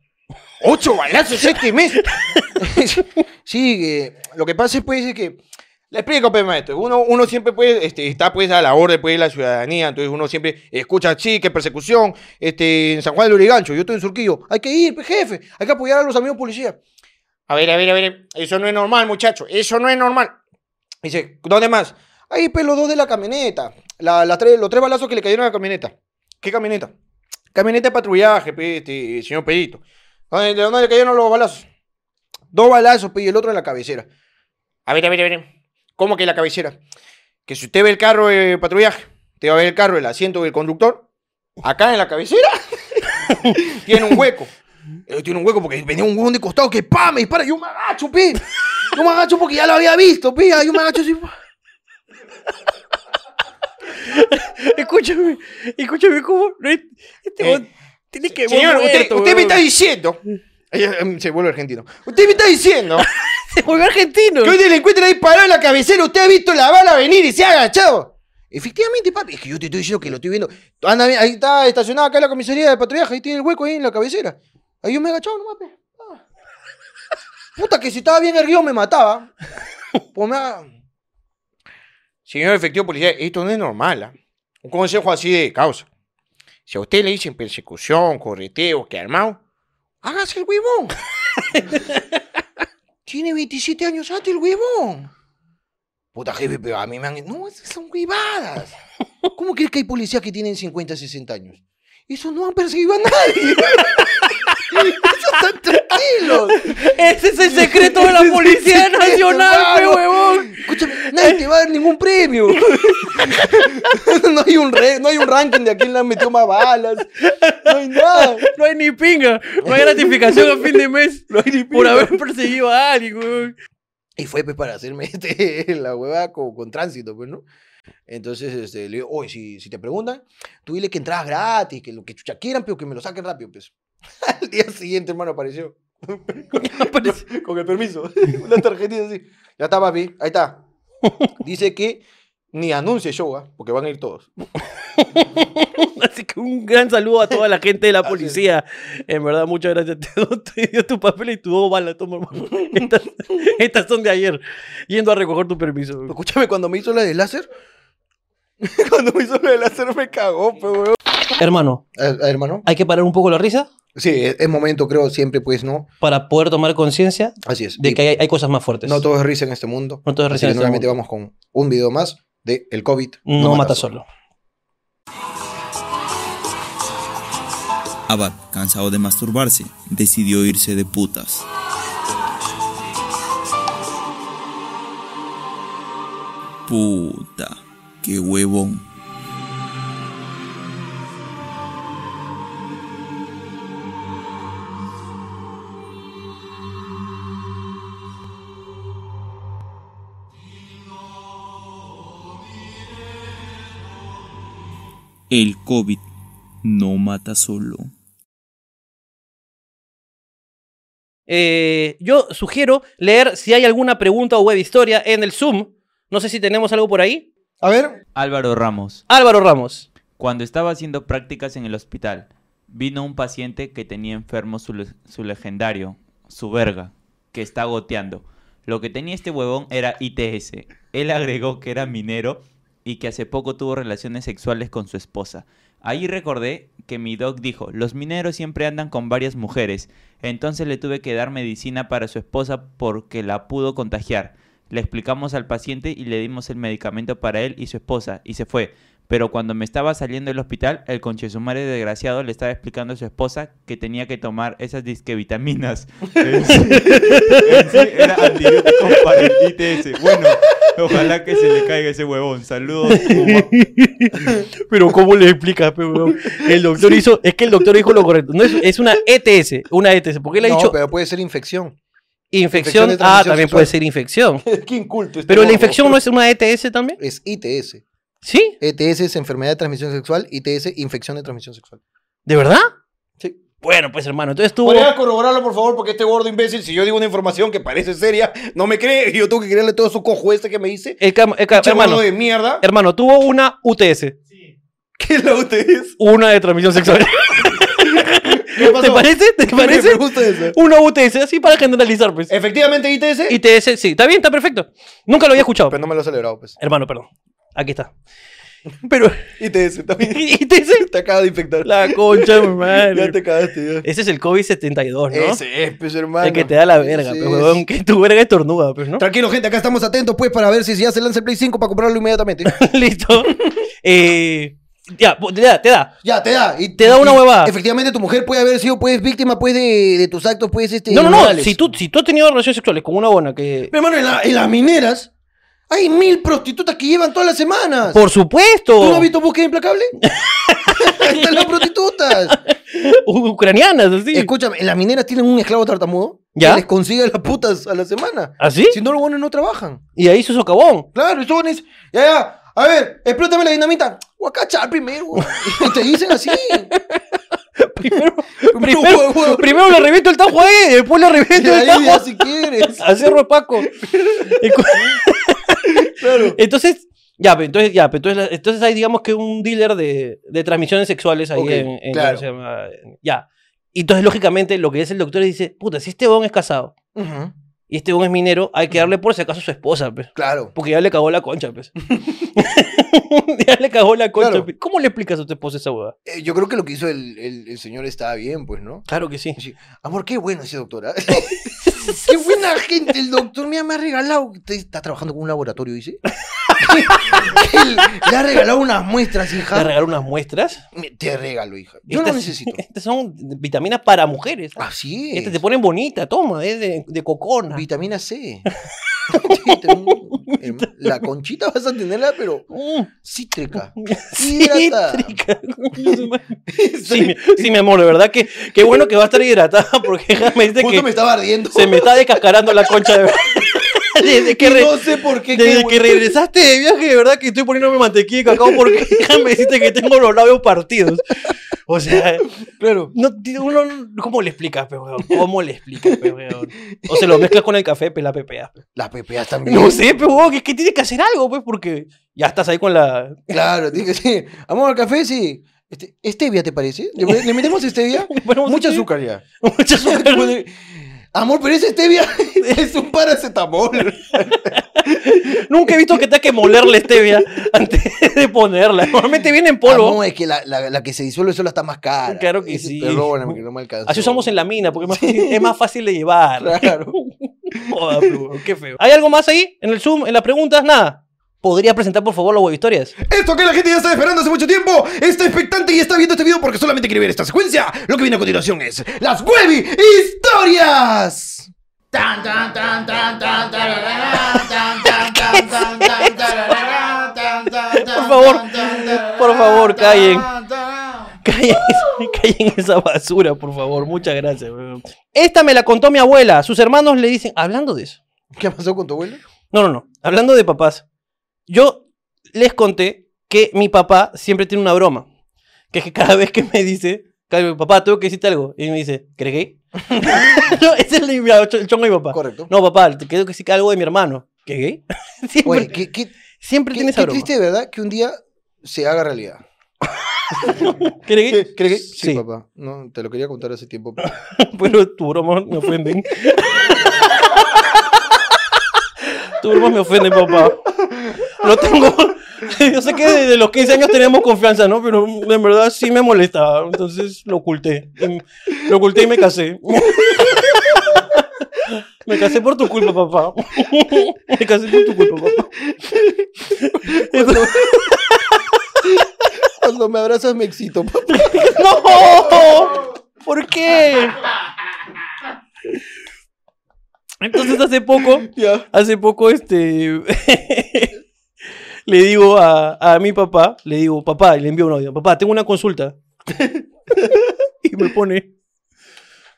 Speaker 2: ¿Ocho balazos este mes? sí, eh, lo que pasa es, pues, es que... Le explico, pues, maestro. Uno, uno siempre pues, este, está pues, a la orden pues, de la ciudadanía, entonces uno siempre escucha, sí, que persecución este, en San Juan de Lurigancho, yo estoy en Surquillo. Hay que ir, pues, jefe, hay que apoyar a los amigos policías. A ver, a ver, a ver, eso no es normal, muchacho, eso no es normal. Dice, ¿dónde más? Ahí, pues, los dos de la camioneta, la, las tres, los tres balazos que le cayeron a la camioneta. ¿Qué camioneta? Camioneta de patrullaje, pues, este, señor Pedito. ¿Dónde, ¿De dónde le cayeron los balazos? Dos balazos, pues, y el otro en la cabecera. A ver, a ver, a ver. ¿Cómo que la cabecera? Que si usted ve el carro de patrullaje, te va a ver el carro, el asiento del conductor. Acá en la cabecera tiene un hueco. Eh, Tiene un hueco porque venía un huevón de costado que ¡pam! me dispara. Yo me agacho, pi. Yo me agacho porque ya lo había visto, pi. Yo me agacho así. pa.
Speaker 1: Escúchame, escúchame cómo. no es- Este
Speaker 2: Eh,
Speaker 1: huevón tiene que
Speaker 2: Señor,
Speaker 1: volver
Speaker 2: usted,
Speaker 1: muerto,
Speaker 2: usted me
Speaker 1: huevón.
Speaker 2: está diciendo. Ay, ay, Se vuelve argentino. Usted me está diciendo
Speaker 1: Se volvió este argentino.
Speaker 2: que un delincuente le ha disparado en la cabecera. Usted ha visto la bala venir y se ha agachado. Efectivamente, papi, es que yo te estoy diciendo que lo estoy viendo. Anda, mira, ahí está estacionada acá en la comisaría de patrullaje, ahí tiene el hueco ahí en la cabecera. Ahí yo me he agachado nomás, pe. Ah. Puta, que si estaba bien erguido me mataba. Pues me ha- Señor efectivo policía, esto no es normal, ¿ah? Un consejo así de causa. Si a usted le dicen persecución, correteo, que armado, hágase el huevón. tiene 27 años antes el huevón. Puta jefe, pero a mí me han... No, esas son huevadas. ¿Cómo crees que hay policías que tienen 50, 60 años? Eso no han perseguido a nadie. Esos están tranquilos.
Speaker 1: Ese es el secreto de la Policía
Speaker 2: Ese es el
Speaker 1: Nacional,
Speaker 2: secreto,
Speaker 1: pe
Speaker 2: mano.
Speaker 1: huevón.
Speaker 2: Escúchame, nadie te va a dar ningún premio. no, hay un re- no hay un ranking de a quién le han metido más balas. No hay nada.
Speaker 1: No hay ni pinga. No hay gratificación a fin de mes por haber perseguido a alguien, huevón.
Speaker 2: Y fue pues, para hacerme este, la hueva con, con tránsito, pues, ¿no? Entonces este, le digo, oye, si, si te preguntan, tú dile que entradas gratis, que lo que chucha quieran, pero que me lo saquen rápido, pues. Al día siguiente, hermano, apareció. con, con el permiso. Una tarjetita así. Ya está, papi, ahí está. Dice que ni anuncie show, ¿ah? porque van a ir todos.
Speaker 1: Así que un gran saludo a toda la gente de la policía. En verdad, muchas gracias. Te, do- te dio tu papel y tu dos balas. Toma, hermano. Estas, estas son de ayer. Yendo a recoger tu permiso. huevón.
Speaker 2: Escúchame, cuando me hizo la del láser, cuando me hizo la del láser me cagó, pues, weón.
Speaker 1: Ah, Hermano,
Speaker 2: hermano.
Speaker 1: hay que parar un poco la risa
Speaker 2: Sí, e, es, es momento, creo, siempre, pues, ¿no.
Speaker 1: para poder tomar conciencia
Speaker 2: Así es.
Speaker 1: de
Speaker 2: Y-
Speaker 1: que hay, hay cosas más fuertes.
Speaker 2: No todo es risa en este mundo.
Speaker 1: No todo es risa
Speaker 2: Así
Speaker 1: en
Speaker 2: que
Speaker 1: este
Speaker 2: nuevamente
Speaker 1: mundo.
Speaker 2: vamos con un video más de El COVID.
Speaker 1: No mata solo.
Speaker 7: Abad, cansado de masturbarse, decidió irse de putas. Puta, qué huevón. El COVID no mata solo.
Speaker 1: Eh, yo sugiero leer si hay alguna pregunta o web historia en el Zoom. No sé si tenemos algo por ahí.
Speaker 2: A ver.
Speaker 9: Álvaro Ramos.
Speaker 1: Álvaro Ramos.
Speaker 9: Cuando estaba haciendo prácticas en el hospital, vino un paciente que tenía enfermo su, le- su legendario, su verga, que está goteando. Lo que tenía este huevón era ITS. Él agregó que era minero y que hace poco tuvo relaciones sexuales con su esposa. Ahí recordé que mi doc dijo, los mineros siempre andan con varias mujeres, entonces le tuve que dar medicina para su esposa porque la pudo contagiar. Le explicamos al paciente y le dimos el medicamento para él y su esposa y se fue. Pero cuando me estaba saliendo del hospital, el conchesumare desgraciado le estaba explicando a su esposa que tenía que tomar esas disquevitaminas. En sí- en sí era antibiótico para el ITS. Bueno, ojalá que se le caiga ese huevón. Saludos. Cuba.
Speaker 1: Pero ¿cómo le explicas, pe, weón? El doctor hizo... Es que el doctor dijo lo correcto. No es, es una ETS. Una E ETS. Porque él ha
Speaker 2: no,
Speaker 1: dicho
Speaker 2: pero puede ser infección.
Speaker 1: infección...
Speaker 2: infección de
Speaker 1: ah,
Speaker 2: transmisión
Speaker 1: también
Speaker 2: sexual.
Speaker 1: puede ser infección.
Speaker 2: Qué inculto. este
Speaker 1: Pero la
Speaker 2: gordo.
Speaker 1: infección no es una ETS también.
Speaker 2: Es ITS.
Speaker 1: ¿Sí?
Speaker 2: ETS E es enfermedad de transmisión sexual, ITS infección de transmisión sexual.
Speaker 1: ¿De verdad?
Speaker 2: Sí.
Speaker 1: Bueno, pues hermano, entonces tú...
Speaker 2: ¿Podría corroborarlo, por favor? Porque este gordo imbécil, si yo digo una información que parece seria, no me cree. Y yo tengo que creerle todo su cojo este que me dice.
Speaker 1: El cam- el cam-
Speaker 2: Pinche gordo
Speaker 1: hermano,
Speaker 2: de mierda.
Speaker 1: hermano, tuvo una UTS.
Speaker 2: ¿Qué es la UTS?
Speaker 1: Una de transmisión sexual.
Speaker 2: ¿Qué pasó?
Speaker 1: ¿Te parece? ¿Te
Speaker 2: ¿Qué
Speaker 1: parece?
Speaker 2: Me Eh, gusta eso.
Speaker 1: Una UTS, así para generalizar, pues.
Speaker 2: Efectivamente, ITS.
Speaker 1: ITS, sí, está bien, está perfecto. Nunca lo había escuchado.
Speaker 2: Pero no me lo he celebrado, pues.
Speaker 1: Hermano, perdón. Aquí está. Pero,
Speaker 2: ITS, también.
Speaker 1: ITS,
Speaker 2: Te acaba de infectar.
Speaker 1: la concha, de mi
Speaker 2: Ya te
Speaker 1: madre.
Speaker 2: cagaste, ya.
Speaker 1: Ese es el COVID-72, ¿no?
Speaker 2: Ese es, pues, hermano.
Speaker 1: el que te da la verga,
Speaker 2: Ese
Speaker 1: pues,
Speaker 2: es.
Speaker 1: huevón, que tu verga es tornuda, pues, ¿no?
Speaker 2: Tranquilo, gente, acá estamos atentos, pues, para ver si ya se lanza el Play 5 para comprarlo inmediatamente.
Speaker 1: Listo. Eh, ya, bo- te da, te da.
Speaker 2: ya, te da. Y,
Speaker 1: Te da una
Speaker 2: y-
Speaker 1: huevada.
Speaker 2: Efectivamente, tu mujer puede haber sido, pues, víctima, pues, de, de tus actos, pues, este...
Speaker 1: No, no, no.
Speaker 2: inmorales.
Speaker 1: Si tú, si tú has tenido relaciones sexuales con una buena que.
Speaker 2: Pero, hermano, en, la- en las mineras hay mil prostitutas que llevan todas las semanas.
Speaker 1: Por supuesto.
Speaker 2: ¿Tú no has visto Búsqueda Implacable? Ahí están las prostitutas.
Speaker 1: U- Ucranianas, así.
Speaker 2: Escúchame, en las mineras tienen un esclavo tartamudo
Speaker 1: ¿Ya? ¿Ah,
Speaker 2: que les consigue a las putas a la semana.
Speaker 1: ¿Así?
Speaker 2: Si no, los buenos no trabajan.
Speaker 1: Y ahí su socavón.
Speaker 2: Claro, eso es. Ya, ya. A ver, explótame la dinamita. Voy a cachar primero. Y te dicen así.
Speaker 1: Primero,
Speaker 2: Huevo, huevo.
Speaker 1: primero, primero le reviento el tajo ahí, después le
Speaker 2: Y
Speaker 1: reviento el
Speaker 2: ahí ya
Speaker 1: tajo.
Speaker 2: si quieres.
Speaker 1: Así es Paco. Entonces, ya, pues, entonces, ya, pues, entonces, la- entonces hay, digamos que un dealer de, de transmisiones sexuales ahí
Speaker 2: Ok,
Speaker 1: en, en-
Speaker 2: claro.
Speaker 1: ¿cómo se llama? Ya. Y entonces, lógicamente, lo que dice el doctor es dice, puta, si este bon es casado
Speaker 2: Ujú,
Speaker 1: y este bon es minero, hay que darle por si acaso a su esposa, pues.
Speaker 2: Claro.
Speaker 1: Porque ya le cagó la concha, pues. ya le cagó la concha.
Speaker 2: Claro.
Speaker 1: pues. ¿Cómo le explicas a tu esposa esa hueá?
Speaker 2: Eh, yo creo que lo que hizo el, el- el señor estaba bien, pues, ¿no?
Speaker 1: Claro que sí.
Speaker 2: Sí. Amor, qué bueno ese doctor. ¿ah? qué buena gente. El doctor mira, me ha regalado. Usted está trabajando con un laboratorio, dice. Que le ha regalado unas muestras,
Speaker 1: Te
Speaker 2: hija.
Speaker 1: regaló unas muestras.
Speaker 2: Me- Te regalo, hija. Yo no
Speaker 1: Estas-
Speaker 2: necesito.
Speaker 1: Estas son vitaminas para mujeres.
Speaker 2: Así
Speaker 1: Estas
Speaker 2: es.
Speaker 1: Este te ponen bonita, toma, es de, de cocona.
Speaker 2: Vitamina C. Vitamina- em, la conchita vas a tenerla, pero
Speaker 1: Mm,
Speaker 2: cítrica. Hidrata.
Speaker 1: Cítrica. Sí, mi- sí, mi amor, de verdad que qué bueno que va a estar hidratada porque ya me dice
Speaker 2: Justo
Speaker 1: que
Speaker 2: me estaba ardiendo.
Speaker 1: se me está descascarando la concha de verdad. Desde que, re-
Speaker 2: no sé por qué.
Speaker 1: desde
Speaker 2: qué
Speaker 1: que regresaste de viaje, de verdad que estoy poniéndome mantequilla y cacao porque ya me dijiste que tengo los labios partidos. O sea,
Speaker 2: Claro.
Speaker 1: no, ti- uno, no- ¿cómo le explicas, pe, weón? ¿Cómo le explicas, pe, weón? O se lo mezclas con el café, pe, la pepea.
Speaker 2: Las pepeas también.
Speaker 1: No sé, pe, weón, que es que tienes que hacer algo, pues, porque ya estás ahí con la...
Speaker 2: Claro, dije sí. Amor, café, sí. Este, stevia, ¿te parece? ¿Le, le metemos stevia?
Speaker 1: ponemos
Speaker 2: Mucha
Speaker 1: stevia?
Speaker 2: azúcar ya.
Speaker 1: Mucha suerte.
Speaker 2: Amor, pero ese stevia es un paracetamol.
Speaker 1: Nunca he visto que tenga que moler la stevia antes de ponerla. Normalmente viene en polvo.
Speaker 2: Amor, es que la, la- la que se disuelve sola está más cara.
Speaker 1: Claro que
Speaker 2: Ese-
Speaker 1: sí.
Speaker 2: Perdóname que no me alcanzó.
Speaker 1: Así usamos en la mina, porque es más fácil, es más fácil de llevar.
Speaker 2: Claro.
Speaker 1: Joda, pe, weón, qué feo. ¿Hay algo más ahí? ¿En el Zoom? ¿En las preguntas? Nada. ¿Podría presentar, por favor, las web historias?
Speaker 2: Esto que la gente ya está esperando hace mucho tiempo, está expectante y está viendo este video porque solamente quiere ver esta secuencia. Lo que viene a continuación es las web historias.
Speaker 10: Tan tan tan tan tan tarararán, tan tan tan tan tan tarararán, tan tan tan
Speaker 1: Por favor,
Speaker 10: tan, tan, tarararán,
Speaker 1: por favor,
Speaker 10: tan,
Speaker 1: callen.
Speaker 10: tan.
Speaker 1: Callen, callen esa basura, por favor. Muchas gracias. weón. Esta me la contó mi abuela. Sus hermanos le dicen, hablando de eso.
Speaker 2: ¿Qué pasó con tu abuelo?
Speaker 1: No, no, no. Hablando de papás. Yo les conté que mi papá siempre tiene una broma. que es que cada vez que me dice, cada vez, papá, tengo que decirte algo, y me dice, ¿crees gay? no, ese es el, mira, el chongo de mi papá.
Speaker 2: Correcto.
Speaker 1: No, papá, te tengo que decir algo de mi hermano, ¿que es gay? siempre
Speaker 2: Oye, qué, qué-
Speaker 1: siempre
Speaker 2: qué-
Speaker 1: tiene esa
Speaker 2: qué
Speaker 1: broma.
Speaker 2: triste, ¿verdad? Que un día se haga realidad.
Speaker 1: ¿Crees gay?
Speaker 2: ¿Crees que? Sí,
Speaker 1: Sí.
Speaker 2: papá. No, te lo quería contar hace tiempo. pero-
Speaker 1: Pero tu bromas me ofenden. tu bromas me ofenden, papá. No tengo. Yo sé que desde los 15 años tenemos confianza, ¿no? Pero en verdad sí me molestaba. Entonces lo oculté. Y- Lo oculté y me casé. Me casé por tu culpa, papá. Me casé por tu culpa, papá.
Speaker 2: Cuando me abrazas me excito, papá.
Speaker 1: ¡No! ¿Por qué? Entonces hace poco, hace poco, este, le digo a, a mi papá, le digo, papá, y le envío un audio, papá, tengo una consulta. y me pone,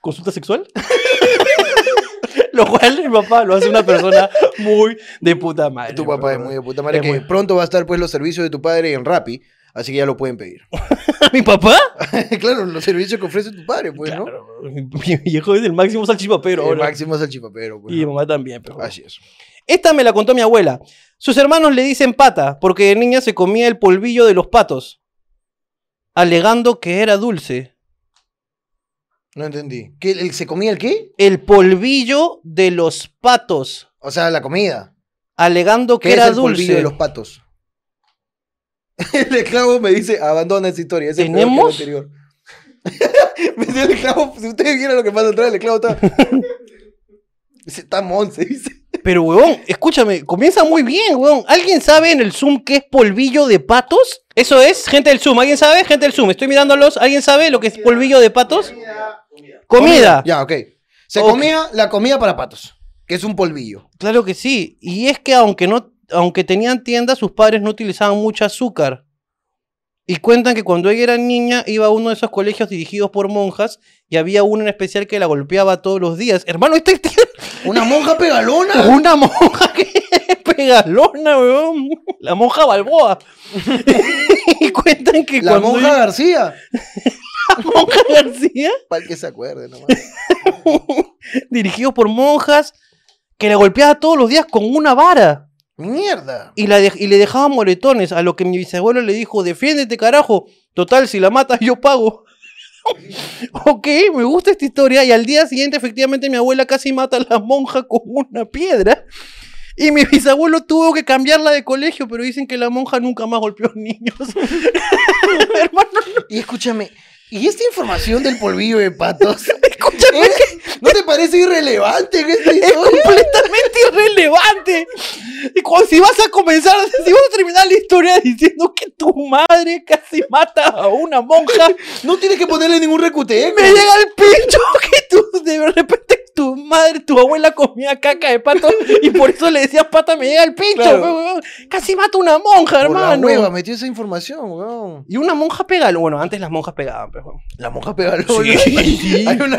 Speaker 1: ¿consulta sexual? lo cual mi papá lo hace una persona muy de puta madre.
Speaker 2: Tu papá es
Speaker 1: bro.
Speaker 2: muy de puta madre.
Speaker 1: Es
Speaker 2: que
Speaker 1: muy-
Speaker 2: pronto va a estar pues los servicios de tu padre en Rappi. Así que ya lo pueden pedir.
Speaker 1: ¿Mi papá?
Speaker 2: claro, los servicios que ofrece tu padre, pues, ¿no?
Speaker 1: Claro, bro. mi mi viejo es el máximo salchipapero.
Speaker 2: el
Speaker 1: ahora.
Speaker 2: máximo es el chipapero, pues.
Speaker 1: Y mi
Speaker 2: ¿no?
Speaker 1: mamá también, pero.
Speaker 2: Así es.
Speaker 1: Esta me la contó mi abuela. Sus hermanos le dicen pata porque de niña se comía el polvillo de los patos, alegando que era dulce.
Speaker 2: No entendí. ¿Qué, el- ¿Se comía el qué?
Speaker 1: El polvillo de los patos,
Speaker 2: O sea, la comida.
Speaker 1: alegando
Speaker 2: ¿Qué
Speaker 1: que era
Speaker 2: es el polvillo
Speaker 1: dulce.
Speaker 2: de los patos? el esclavo me dice, abandona esa historia. ese es peor que el
Speaker 1: ¿Tenemos?
Speaker 2: anterior. me dice el esclavo, si ustedes vieran lo que pasa atrás, el esclavo está... Dice, está monce, dice.
Speaker 1: Pero, huevón, escúchame, comienza muy bien, huevón. ¿Alguien sabe en el Zoom qué es polvillo de patos? Eso es, gente del Zoom. ¿Alguien sabe? Gente del Zoom. Estoy mirándolos. ¿Alguien sabe lo que es polvillo de patos? Comida.
Speaker 2: Ya, ok. Se
Speaker 1: Ah. Ok.
Speaker 2: comía la comida para patos, que es un polvillo.
Speaker 1: Claro que sí. Y es que aunque no, aunque tenían tienda, sus padres no utilizaban mucho azúcar. Y cuentan que cuando ella era niña iba a uno de esos colegios dirigidos por monjas y había uno en especial que la golpeaba todos los días. Hermano, esta es
Speaker 2: Una monja pegalona.
Speaker 1: una monja que es pegalona, weón. La monja Balboa. y cuentan que
Speaker 2: La
Speaker 1: cuando
Speaker 2: monja
Speaker 1: ella-
Speaker 2: García.
Speaker 1: la monja García
Speaker 2: Para que se acuerde nomás.
Speaker 1: dirigidos por monjas que la golpeaba todos los días con una vara.
Speaker 2: Mierda.
Speaker 1: y, la dej- y le dejaba moletones, a lo que mi bisabuelo le dijo, defiéndete carajo, total, si la matas yo pago. ok, me gusta esta historia y al día siguiente efectivamente mi abuela casi mata a la monja con una piedra. Y mi bisabuelo tuvo que cambiarla de colegio, pero dicen que la monja nunca más golpeó niños. Hermano,
Speaker 2: Y escúchame, ¿y esta información del polvillo de patos? escúchame. ¿No te parece irrelevante en esta
Speaker 1: es
Speaker 2: historia?
Speaker 1: completamente irrelevante. Y cuando, si vas a comenzar, si vas a terminar la historia diciendo que tu madre casi mata a una monja,
Speaker 2: No tienes que ponerle ningún recuteco.
Speaker 1: Me llega el pincho que tú de repente tu madre, tu abuela comía caca de pato y por eso le decías pata, me llega el pincho.
Speaker 2: Claro.
Speaker 1: pe, weón. Casi mata una monja,
Speaker 2: Por la
Speaker 1: hermano.
Speaker 2: hueva, metió esa información, weón.
Speaker 1: Y una monja pegalo. Bueno, antes las monjas pegaban, pero.
Speaker 2: La monja pegalona.
Speaker 1: Sí. Este,
Speaker 2: Hay una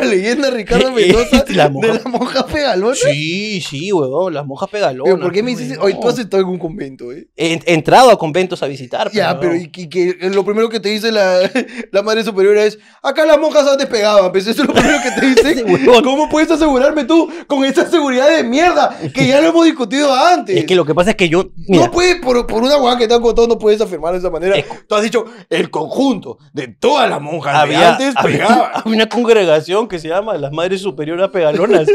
Speaker 2: leyenda, Ricardo Mendoza,
Speaker 1: La monja-
Speaker 2: de la monja pegalona.
Speaker 1: Sí, sí, weón, las monjas pegalonas.
Speaker 2: Pero ¿por qué me dices? Hoy tú has estado en un convento, ¿eh?
Speaker 1: He he entrado a conventos a visitar. pe,
Speaker 2: Ya,
Speaker 1: weón.
Speaker 2: pero y, y que eh, lo primero que te dice la, la madre superiora es, acá las monjas antes pegaban, pues eso es lo primero que te dice. ¿Cómo puedes asegurarme tú con esta seguridad de mierda que ya lo hemos discutido antes?
Speaker 1: Es que lo que pasa es que yo. Mira,
Speaker 2: No puedes, por, por una guagua que te han contado, no puedes afirmar de esa manera. Tú has dicho, el conjunto de todas las monjas de
Speaker 1: había,
Speaker 2: antes
Speaker 1: había-
Speaker 2: pegaban.
Speaker 1: había una congregación que se llama las Madres Superiores Pegalonas.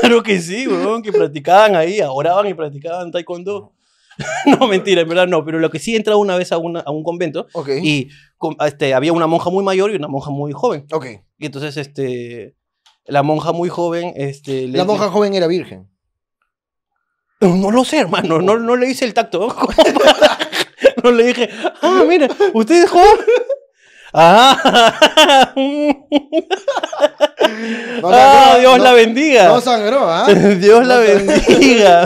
Speaker 1: claro que sí, weón, que practicaban ahí, oraban y practicaban taekwondo. no, mentira, en verdad no, pero lo que sí he entrado una vez a, una- a un convento
Speaker 2: Ok,
Speaker 1: y con- este, había una monja muy mayor y una monja muy joven.
Speaker 2: ok.
Speaker 1: Y entonces, este, la monja muy joven, este... le-
Speaker 2: La monja joven era virgen.
Speaker 1: No lo sé, hermano, no, no le hice el tacto. ¿no? Como para- no le dije, ah, mira, usted es joven. Ah,
Speaker 2: No
Speaker 1: Ah,
Speaker 2: sangró,
Speaker 1: Dios
Speaker 2: no-
Speaker 1: la bendiga.
Speaker 2: No sangró, ¿ah?
Speaker 1: Dios la
Speaker 2: No te-
Speaker 1: bendiga.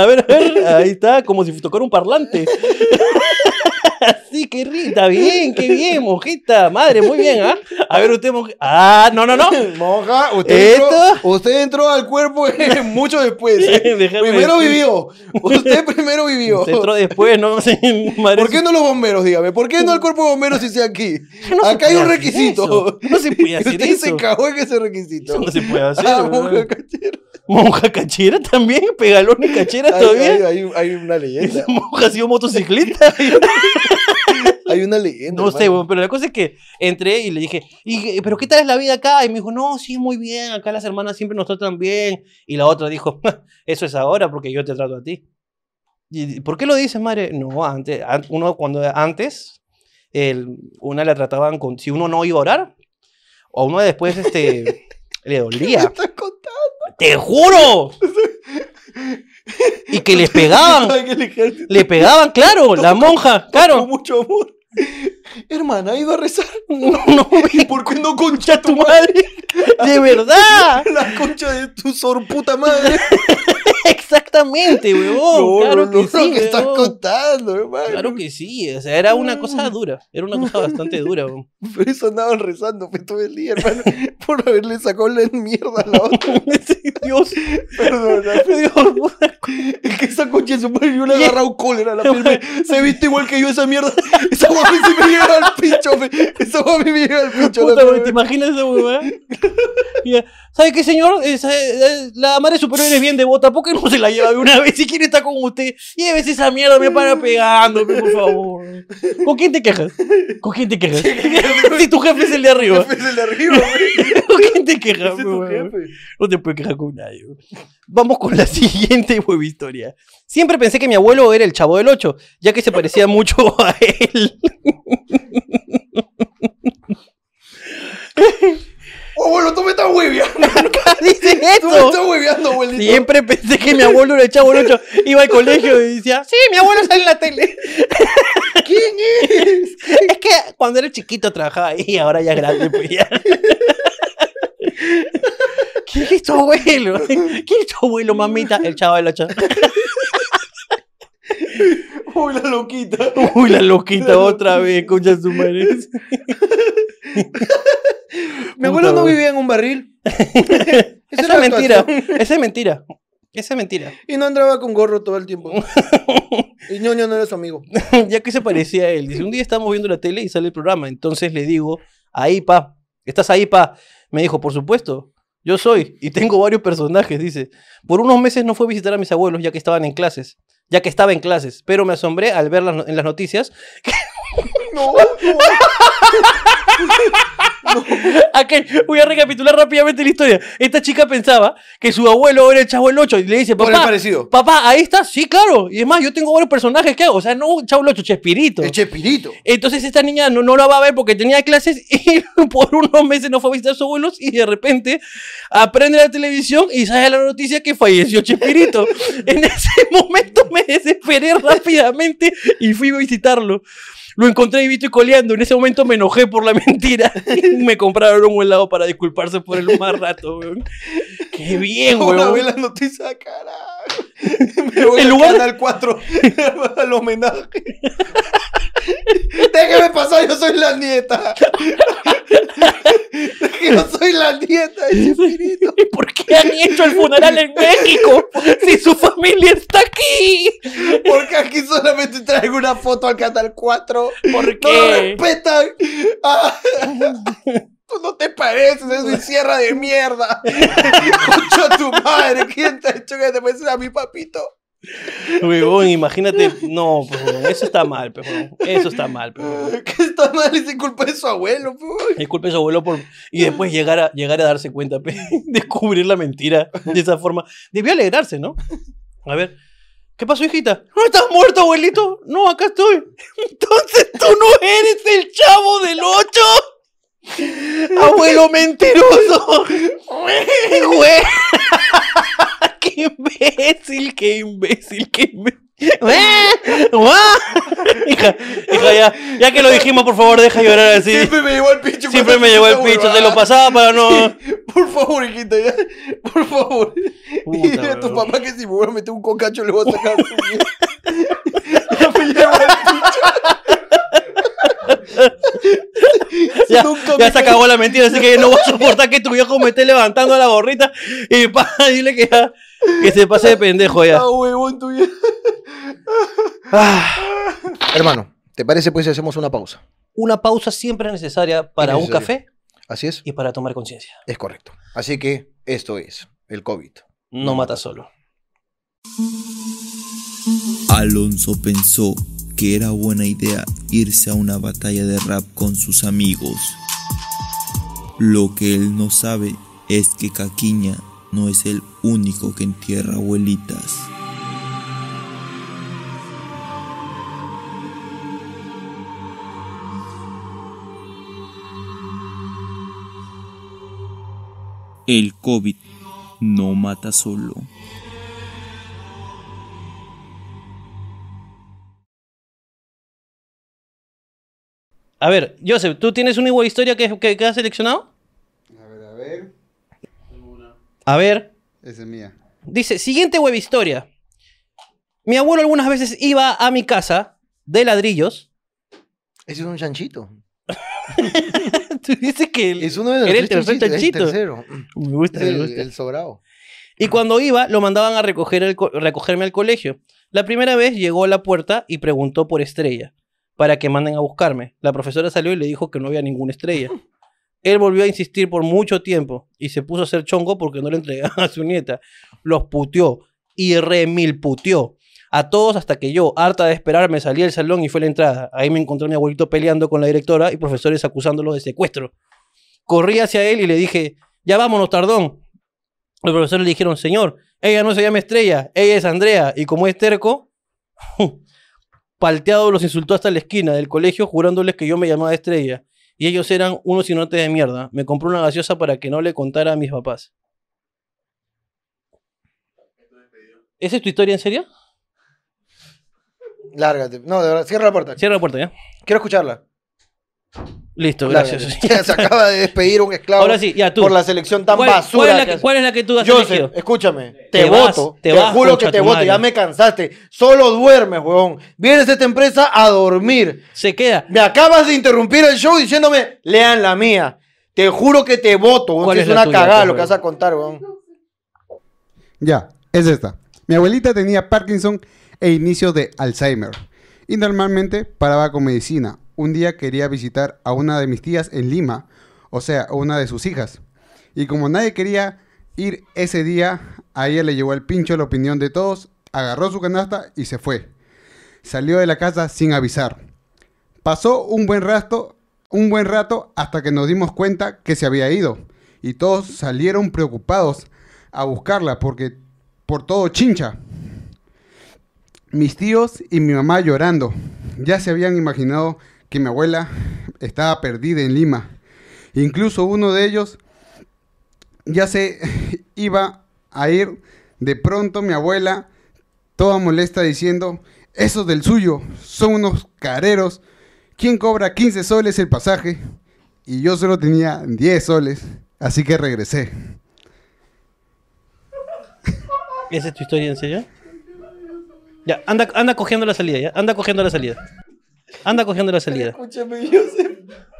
Speaker 1: A ver, a ver, ahí está, como si tocara un parlante. sí, qué rico. Está bien, qué bien, mojita. Madre, muy bien, ¿ah? A ver, usted moja. Ah, no, no, no.
Speaker 2: Moja, usted
Speaker 1: Esto.
Speaker 2: entró, usted entró al cuerpo mucho después. ¿eh?
Speaker 1: Déjame
Speaker 2: primero
Speaker 1: decir.
Speaker 2: vivió. Usted primero vivió.
Speaker 1: Se entró después, ¿no? Sí, madre,
Speaker 2: ¿Por qué no los bomberos, dígame? ¿Por qué no el cuerpo de bomberos dice aquí?
Speaker 1: No se
Speaker 2: Acá hay
Speaker 1: puede
Speaker 2: un
Speaker 1: hacer
Speaker 2: requisito.
Speaker 1: eso. No se puede
Speaker 2: Y
Speaker 1: hacer
Speaker 2: usted se
Speaker 1: eso.
Speaker 2: cagó en ese requisito.
Speaker 1: Eso no se puede hacer,
Speaker 2: Ah,
Speaker 1: weón.
Speaker 2: monja cachera.
Speaker 1: Monja cachera también, pegalón y cachera
Speaker 2: Hay-
Speaker 1: todavía.
Speaker 2: Hay, hay- hay una leyenda.
Speaker 1: Monja ha sido motociclista.
Speaker 2: Hay una leyenda.
Speaker 1: No sé,
Speaker 2: hermano.
Speaker 1: weón, pero la cosa es que entré y le dije, "¿Y, ¿pero qué tal es la vida acá? Y me dijo, no, sí, muy bien, acá las hermanas siempre nos tratan bien. Y la otra dijo, eso es ahora porque yo te trato a ti. ¿Y por qué lo dices, madre? No, antes, an- uno cuando antes, el- una la trataban con, si uno no iba a orar, a uno después este, le dolía.
Speaker 2: Está contando.
Speaker 1: ¡Te juro! y que les pegaban,
Speaker 2: Sabe que el ejército
Speaker 1: le pegaban, claro, la monja,
Speaker 2: tuvo
Speaker 1: claro.
Speaker 2: mucho amor. Hermana, iba a rezar.
Speaker 1: No, no,
Speaker 2: ¿Y por qué no concha
Speaker 1: ¡Ya
Speaker 2: tu
Speaker 1: tu
Speaker 2: madre?
Speaker 1: madre! ¡De verdad!
Speaker 2: La concha de tu sorputa madre.
Speaker 1: Exactamente, huevón.
Speaker 2: No,
Speaker 1: claro
Speaker 2: no,
Speaker 1: que
Speaker 2: no, lo
Speaker 1: sí.
Speaker 2: que estás
Speaker 1: huevón.
Speaker 2: contando, hermano.
Speaker 1: Claro que sí. O sea, era una cosa dura. Era una cosa bastante dura, huevón.
Speaker 2: Por eso andaban rezando pues, todo el día, hermano. por haberle sacado la mierda a la otra.
Speaker 1: Dios,
Speaker 2: Perdona.
Speaker 1: Dios.
Speaker 2: Es que esa concha de su madre yo le he
Speaker 1: Y-
Speaker 2: agarrado cólera a la pelme. Se viste igual que yo esa mierda. Esa guapa se me llega al pincho. fe. Esa guapa me llega al pincho. la
Speaker 1: Puta, güey, ¿te
Speaker 2: pelme.
Speaker 1: imaginas esa huevada? Ya. ¿Sabe qué, señor? Eh, sabe, eh, La madre superior es bien devota. ¿Por qué no se la lleva de una vez? Si quiere estar con usted, llévese esa mierda. Me para pegándome, por favor. ¿Con quién te quejas? ¿Con quién te quejas? si tu jefe es el de arriba.
Speaker 2: Es el de arriba, güey.
Speaker 1: ¿Con quién te quejas,
Speaker 2: Ese es tu
Speaker 1: huevón?
Speaker 2: jefe.
Speaker 1: No te puedes quejar con nadie. bro. Vamos con la siguiente web historia. Siempre pensé que mi abuelo era el chavo del 8, ya que se parecía mucho a él.
Speaker 2: Oh, abuelo, tú me estás hueviando.
Speaker 1: Acá dice
Speaker 2: Tú me estás
Speaker 1: esto.
Speaker 2: hueviando, abuelito.
Speaker 1: Siempre pensé que mi abuelo era el chavo del 8. Iba al colegio y decía, sí, mi abuelo sale en la tele.
Speaker 2: ¿Quién es?
Speaker 1: Es que cuando era chiquito trabajaba ahí, ahora ya es grande, pues ya. ¿Quién es tu abuelo? ¿Quién es tu abuelo, mamita? El chavo del 8.
Speaker 2: Uy, la loquita.
Speaker 1: Uy, la loquita otra vez, concha de su madre.
Speaker 2: Mi abuelo
Speaker 1: Puta,
Speaker 2: no
Speaker 1: güey.
Speaker 2: vivía en un barril. Esa
Speaker 1: Esa
Speaker 2: era
Speaker 1: es mentira.
Speaker 2: actuación.
Speaker 1: Esa es mentira. Esa es mentira.
Speaker 2: Y no andaba con gorro todo el tiempo. Y ñoño no era su amigo.
Speaker 1: ya que se parecía a él. Dice, un día estamos viendo la tele y sale el programa. Entonces le digo, ahí, pa, ¿estás ahí, pa? Me dijo, por supuesto, yo soy. Y tengo varios personajes, dice. Por unos meses no fue a visitar a mis abuelos ya que estaban en clases. Ya que estaba en clases. Pero me asombré al ver las no- en las noticias
Speaker 2: No, no.
Speaker 1: Aquel, voy a recapitular rápidamente la historia. Esta chica pensaba que su abuelo era el chavo el 8 y le dice,
Speaker 2: Por el
Speaker 1: papá,
Speaker 2: parecido.
Speaker 1: papá, ahí está, sí, claro. Y es más, yo tengo varios personajes que hago. O sea, no chavo el 8, Chespirito.
Speaker 2: El Chespirito.
Speaker 1: Entonces esta niña no, no la va a ver porque tenía clases y por unos meses no fue a visitar a sus abuelos y de repente aprende la televisión y sale la noticia que falleció Chespirito. en ese momento me desesperé rápidamente y fui a visitarlo. Lo encontré y visto y coleando. En ese momento me enojé por la mentira. me compraron un helado para disculparse por el más rato, weón. Qué bien,
Speaker 2: Ahora ve
Speaker 1: weón.
Speaker 2: la noticia, carajo. Me voy
Speaker 1: El
Speaker 2: al
Speaker 1: lugar-
Speaker 2: canal 4 al homenaje. Déjeme pasar, yo soy la nieta. yo soy la nieta de Chespirito.
Speaker 1: ¿Y por qué han hecho el funeral en México si su familia está aquí?
Speaker 2: Porque aquí solamente traigo una foto al canal 4.
Speaker 1: ¿Por
Speaker 2: No lo
Speaker 1: qué?
Speaker 2: respetan. Ah, tú no te pareces, es un sierra de mierda. Concha tu madre, ¿quién te ha hecho que te pareces a mi papito?
Speaker 1: Huevón, imagínate. No, pues, huevón, eso está mal, pues, huevón. Eso está mal, pues, huevón.
Speaker 2: Que está mal y se culpa de su abuelo, pe, güey.
Speaker 1: Disculpe a su abuelo por... Y después llegar a, llegar a darse cuenta, pe, descubrir la mentira de esa forma. Debió alegrarse, ¿no? A ver, ¿qué pasó, hijita? ¿No estás muerto, abuelito? No, acá estoy. Entonces tú no eres el chavo del ocho. Abuelo mentiroso. Güey. ¡Qué imbécil, qué imbécil, qué imbécil! ¡Güey! ¡Guau! Hija, hija, ya, ya que lo dijimos, por favor, deja llorar así.
Speaker 2: Siempre me llegó el pinche.
Speaker 1: Siempre me llegó el picho, se lo pasaba para no.
Speaker 2: Por favor, hijita, ya. Por favor. y dile a tu
Speaker 1: weón.
Speaker 2: papá que si me voy a meter un cocacho le voy a sacar su mierda. Ya me llegó el picho.
Speaker 1: ya, ya se acabó la mentira, así que no voy a soportar que tu viejo me esté levantando la gorrita y para dile que ya, que se pase de pendejo ya.
Speaker 2: huevón tu Hermano, ¿te parece pues si hacemos una pausa?
Speaker 1: Una pausa siempre es necesaria para un
Speaker 2: Innecesario.
Speaker 1: café
Speaker 2: Así es.
Speaker 1: y para tomar conciencia.
Speaker 2: Es correcto. Así que esto es el COVID.
Speaker 1: No mata solo.
Speaker 7: Alonso pensó que era buena idea irse a una batalla de rap con sus amigos. Lo que él no sabe es que Caquiña no es el único que entierra abuelitas. El COVID no mata solo.
Speaker 1: A ver, Joseph, ¿tú tienes una igual historia que, que, que has seleccionado?
Speaker 11: A ver, a ver.
Speaker 1: A ver,
Speaker 11: Esa es mía.
Speaker 1: dice, siguiente web historia. Mi abuelo algunas veces iba a mi casa de ladrillos.
Speaker 2: Ese es un chanchito.
Speaker 1: Tú dices que el-
Speaker 2: Es uno de los
Speaker 1: era el
Speaker 2: tres
Speaker 1: tercer
Speaker 2: chanchitos, es el
Speaker 1: chanchito.
Speaker 2: tercero.
Speaker 1: Me gusta,
Speaker 2: Es
Speaker 1: me
Speaker 2: el,
Speaker 1: gusta.
Speaker 2: el sobrado.
Speaker 1: Y cuando iba, lo mandaban a recoger el co- recogerme al colegio. La primera vez llegó a la puerta y preguntó por estrella, para que manden a buscarme. La profesora salió y le dijo que no había ninguna estrella. Él volvió a insistir por mucho tiempo y se puso a hacer chongo porque no le entregaban a su nieta. Los puteó y remilputeó. A todos hasta que yo, harta de esperar, me salí del salón y fue a la entrada. Ahí me encontré a mi abuelito peleando con la directora y profesores acusándolo de secuestro. Corrí hacia él y le dije, ya vámonos, tardón. Los profesores le dijeron, señor, ella no se llama Estrella, ella es Andrea. Y como es terco, palteado los insultó hasta la esquina del colegio jurándoles que yo me llamaba Estrella. Y ellos eran unos inotes de mierda. Me compró una gaseosa para que no le contara a mis papás. ¿Esa es tu historia en serio?
Speaker 2: Lárgate. No, de verdad, cierra la puerta.
Speaker 1: Cierra la puerta ya.
Speaker 2: Quiero escucharla.
Speaker 1: Listo,
Speaker 2: Lárgate.
Speaker 1: gracias.
Speaker 2: Se acaba de despedir un esclavo
Speaker 1: Ahora sí, ya tú.
Speaker 2: por la selección tan
Speaker 1: ¿Cuál,
Speaker 2: basura.
Speaker 1: cuál es la
Speaker 2: que
Speaker 1: que,
Speaker 2: hace.
Speaker 1: cuál es la que tú has
Speaker 2: Joseph,
Speaker 1: elegido?
Speaker 2: escúchame, te,
Speaker 1: Te vas,
Speaker 2: voto. Te,
Speaker 1: te vas,
Speaker 2: juro
Speaker 1: concha
Speaker 2: que te
Speaker 1: tu
Speaker 2: voto,
Speaker 1: madre.
Speaker 2: ya me cansaste. Solo duermes, huevón. Vienes a esta empresa a dormir.
Speaker 1: Se queda.
Speaker 2: Me acabas de interrumpir el show diciéndome, lean la mía. Te juro que te voto, huevón.
Speaker 1: ¿Cuál
Speaker 2: Si Es,
Speaker 1: es la
Speaker 2: una
Speaker 1: tuya,
Speaker 2: cagada
Speaker 1: pues,
Speaker 2: lo que vas
Speaker 1: huevón?
Speaker 2: a contar, huevón.
Speaker 11: Ya, es esta. Mi abuelita tenía Parkinson e inicio de Alzheimer. Y normalmente paraba con medicina. Un día quería visitar a una de mis tías en Lima, o sea, a una de sus hijas. Y como nadie quería ir ese día, a ella le llevó el pincho la opinión de todos, agarró su canasta y se fue. Salió de la casa sin avisar. Pasó un buen rato, un buen rato hasta que nos dimos cuenta que se había ido y todos salieron preocupados a buscarla porque por todo chincha. Mis tíos y mi mamá llorando. Ya se habían imaginado que mi abuela estaba perdida en Lima. Incluso uno de ellos ya se iba a ir. De pronto mi abuela, toda molesta, diciendo, esos del suyo son unos careros. ¿Quién cobra 15 soles el pasaje? Y yo solo tenía 10 soles, así que regresé.
Speaker 1: ¿Esa es tu historia en serio? Ya, anda, anda cogiendo la salida, ya. Anda cogiendo la salida. Anda cogiendo la salida.
Speaker 2: Escúchame, Joseph.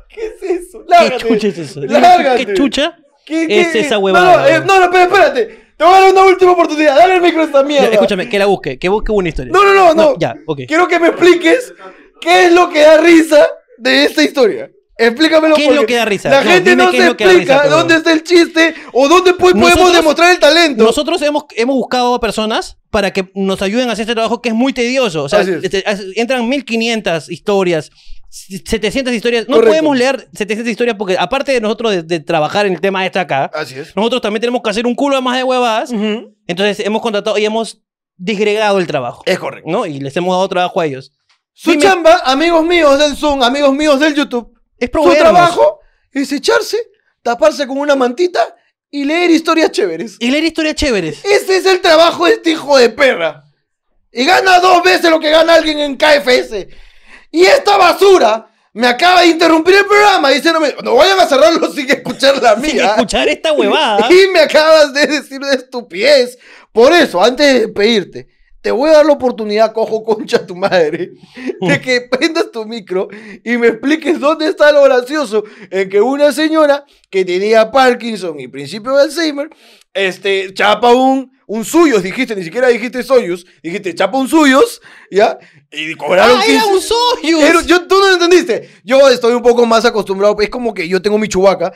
Speaker 2: ¿Qué es eso?
Speaker 1: ¿Qué chucha es eso?
Speaker 2: Lárgate.
Speaker 1: ¿Qué chucha
Speaker 2: ¿Qué-
Speaker 1: es
Speaker 2: qué-
Speaker 1: esa
Speaker 2: No,
Speaker 1: huevada?
Speaker 2: no, eh, no, no, espera, espérate. Te voy a dar una última oportunidad. Dale el micro a esta
Speaker 1: Ya,
Speaker 2: mierda.
Speaker 1: escúchame, que la busque, que busque una historia.
Speaker 2: No, no, no, no.
Speaker 1: Ya, ok.
Speaker 2: Quiero que me expliques qué es lo que da risa de esta historia. Explícamelo
Speaker 1: ¿Qué es lo
Speaker 2: porque
Speaker 1: que da risa?
Speaker 2: La
Speaker 1: No,
Speaker 2: gente
Speaker 1: dime
Speaker 2: no
Speaker 1: qué
Speaker 2: se
Speaker 1: es lo que da risa,
Speaker 2: explica
Speaker 1: por favor.
Speaker 2: dónde está el chiste o dónde po- podemos
Speaker 1: Nosotros-
Speaker 2: demostrar el talento.
Speaker 1: Nosotros hemos, hemos buscado personas para que nos ayuden a hacer este trabajo que es muy tedioso. O sea,
Speaker 2: Así es.
Speaker 1: este, as- entran 1500 historias, 700 historias. No
Speaker 2: Correcto.
Speaker 1: podemos leer 700 historias porque, aparte de nosotros de, de trabajar en el tema este acá,
Speaker 2: Así es.
Speaker 1: nosotros también tenemos que hacer un culo más de huevadas. Entonces, hemos contratado y hemos disgregado el trabajo.
Speaker 2: Es correcto.
Speaker 1: ¿No? Y les hemos dado trabajo a ellos.
Speaker 2: Su
Speaker 1: Dime-
Speaker 2: chamba, amigos míos del Zoom, amigos míos del YouTube,
Speaker 1: Es
Speaker 2: su
Speaker 1: proveernos.
Speaker 2: trabajo es echarse, taparse con una mantita y leer historias chéveres.
Speaker 1: Y leer historias chéveres.
Speaker 2: Ese es el trabajo de este hijo de perra. Y gana dos veces lo que gana alguien en KFS. Y esta basura me acaba de interrumpir el programa diciéndome, no vayan a cerrarlo sin escuchar la
Speaker 1: Sin
Speaker 2: mía.
Speaker 1: escuchar esta huevada.
Speaker 2: Y me acabas de decir de estupidez. Por eso, antes de despedirte, te voy a dar la oportunidad, cojo concha tu madre, de que prendas tu micro y me expliques dónde está lo gracioso en que una señora que tenía Parkinson y principio de Alzheimer, este, chapa un, un suyos, dijiste, ni siquiera dijiste soyos, dijiste chapa un suyos, ¿ya? Y cobraron
Speaker 1: Ah, era
Speaker 2: 15.
Speaker 1: un Soyuz.
Speaker 2: Era- yo, tú no entendiste. Yo estoy un poco más acostumbrado, es como que yo tengo mi chubaca.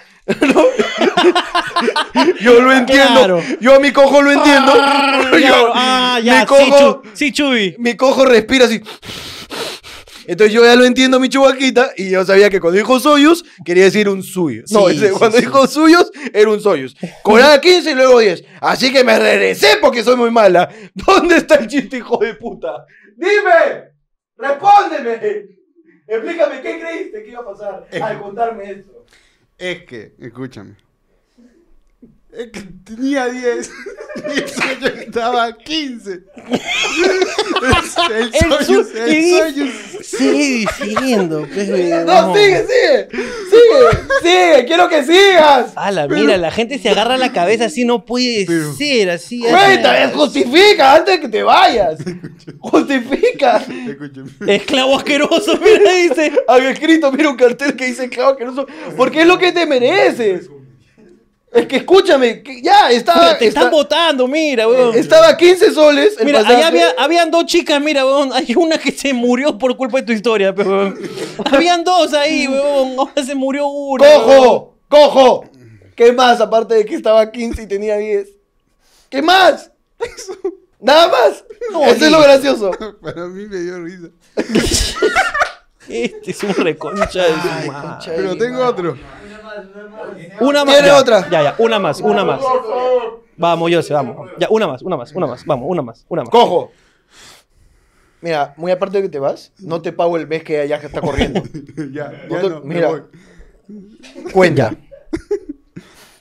Speaker 2: Yo lo entiendo. Yo a mi cojo lo entiendo. Yo-
Speaker 1: ah, ya,
Speaker 2: mi cojo,
Speaker 1: sí, Chubi.
Speaker 2: Mi cojo respira así. Entonces yo ya lo entiendo, mi chubaquita, y yo sabía que cuando dijo Soyuz, quería decir un Soyuz. No,
Speaker 1: Sí,
Speaker 2: ese-
Speaker 1: sí,
Speaker 2: cuando
Speaker 1: sí.
Speaker 2: dijo Soyuz, era un Soyuz. Cobraba 15 y luego 10. Así que me regresé porque soy muy mala. ¿Dónde está el chiste, hijo de puta? ¡Dime! ¡Respóndeme! Explícame, ¿qué creíste que iba a pasar al contarme esto?
Speaker 11: Es que, escúchame. Es que tenía 10. Y eso yo estaba a 15. El
Speaker 1: El
Speaker 11: Soyuz,
Speaker 1: Soyuz,
Speaker 11: el Soyuz.
Speaker 1: Sigue diciendo, pues,
Speaker 2: No, sigue, sigue. Sigue, sigue. Quiero que sigas.
Speaker 1: Ala,
Speaker 2: Pero-
Speaker 1: mira, la gente se agarra la cabeza así, no puede ser, así.
Speaker 2: Cuenta,
Speaker 1: ala.
Speaker 2: es- justifica antes que te vayas. Justifica.
Speaker 1: Esclavo asqueroso, mira, dice.
Speaker 2: Había escrito, mira un cartel que dice esclavo asqueroso. Porque es lo que te mereces. Es que escúchame, que ya estaba.
Speaker 1: Te están
Speaker 2: votando, mira,
Speaker 1: weón.
Speaker 2: Estaba a 15 soles. el
Speaker 1: Mira,
Speaker 2: pasaje.
Speaker 1: allá había, habían dos chicas, mira, weón. Hay una que se murió por culpa de tu historia, pero weón. Habían dos ahí, weón. Ahora se murió una. weón.
Speaker 2: ¡Cojo! ¡Cojo! ¿Qué más aparte de que estaba 15 y tenía 10? ¿Qué más? Nada más. Eso es lo gracioso.
Speaker 11: Para mí me dio risa.
Speaker 1: Este es un reconcha de su madre.
Speaker 11: Pero tengo otro.
Speaker 1: Una más.
Speaker 11: Tiene
Speaker 1: ya,
Speaker 11: otra.
Speaker 1: Ya, ya, una más, una más. Vamos, yo sé, vamos. Ya, una más, una más, una más. Vamos, una más, una más.
Speaker 2: Cojo. Mira, muy aparte de que te vas, no te pago el mes que allá está corriendo.
Speaker 11: ya,
Speaker 2: No te-
Speaker 11: no, me
Speaker 2: mira. Cuenta.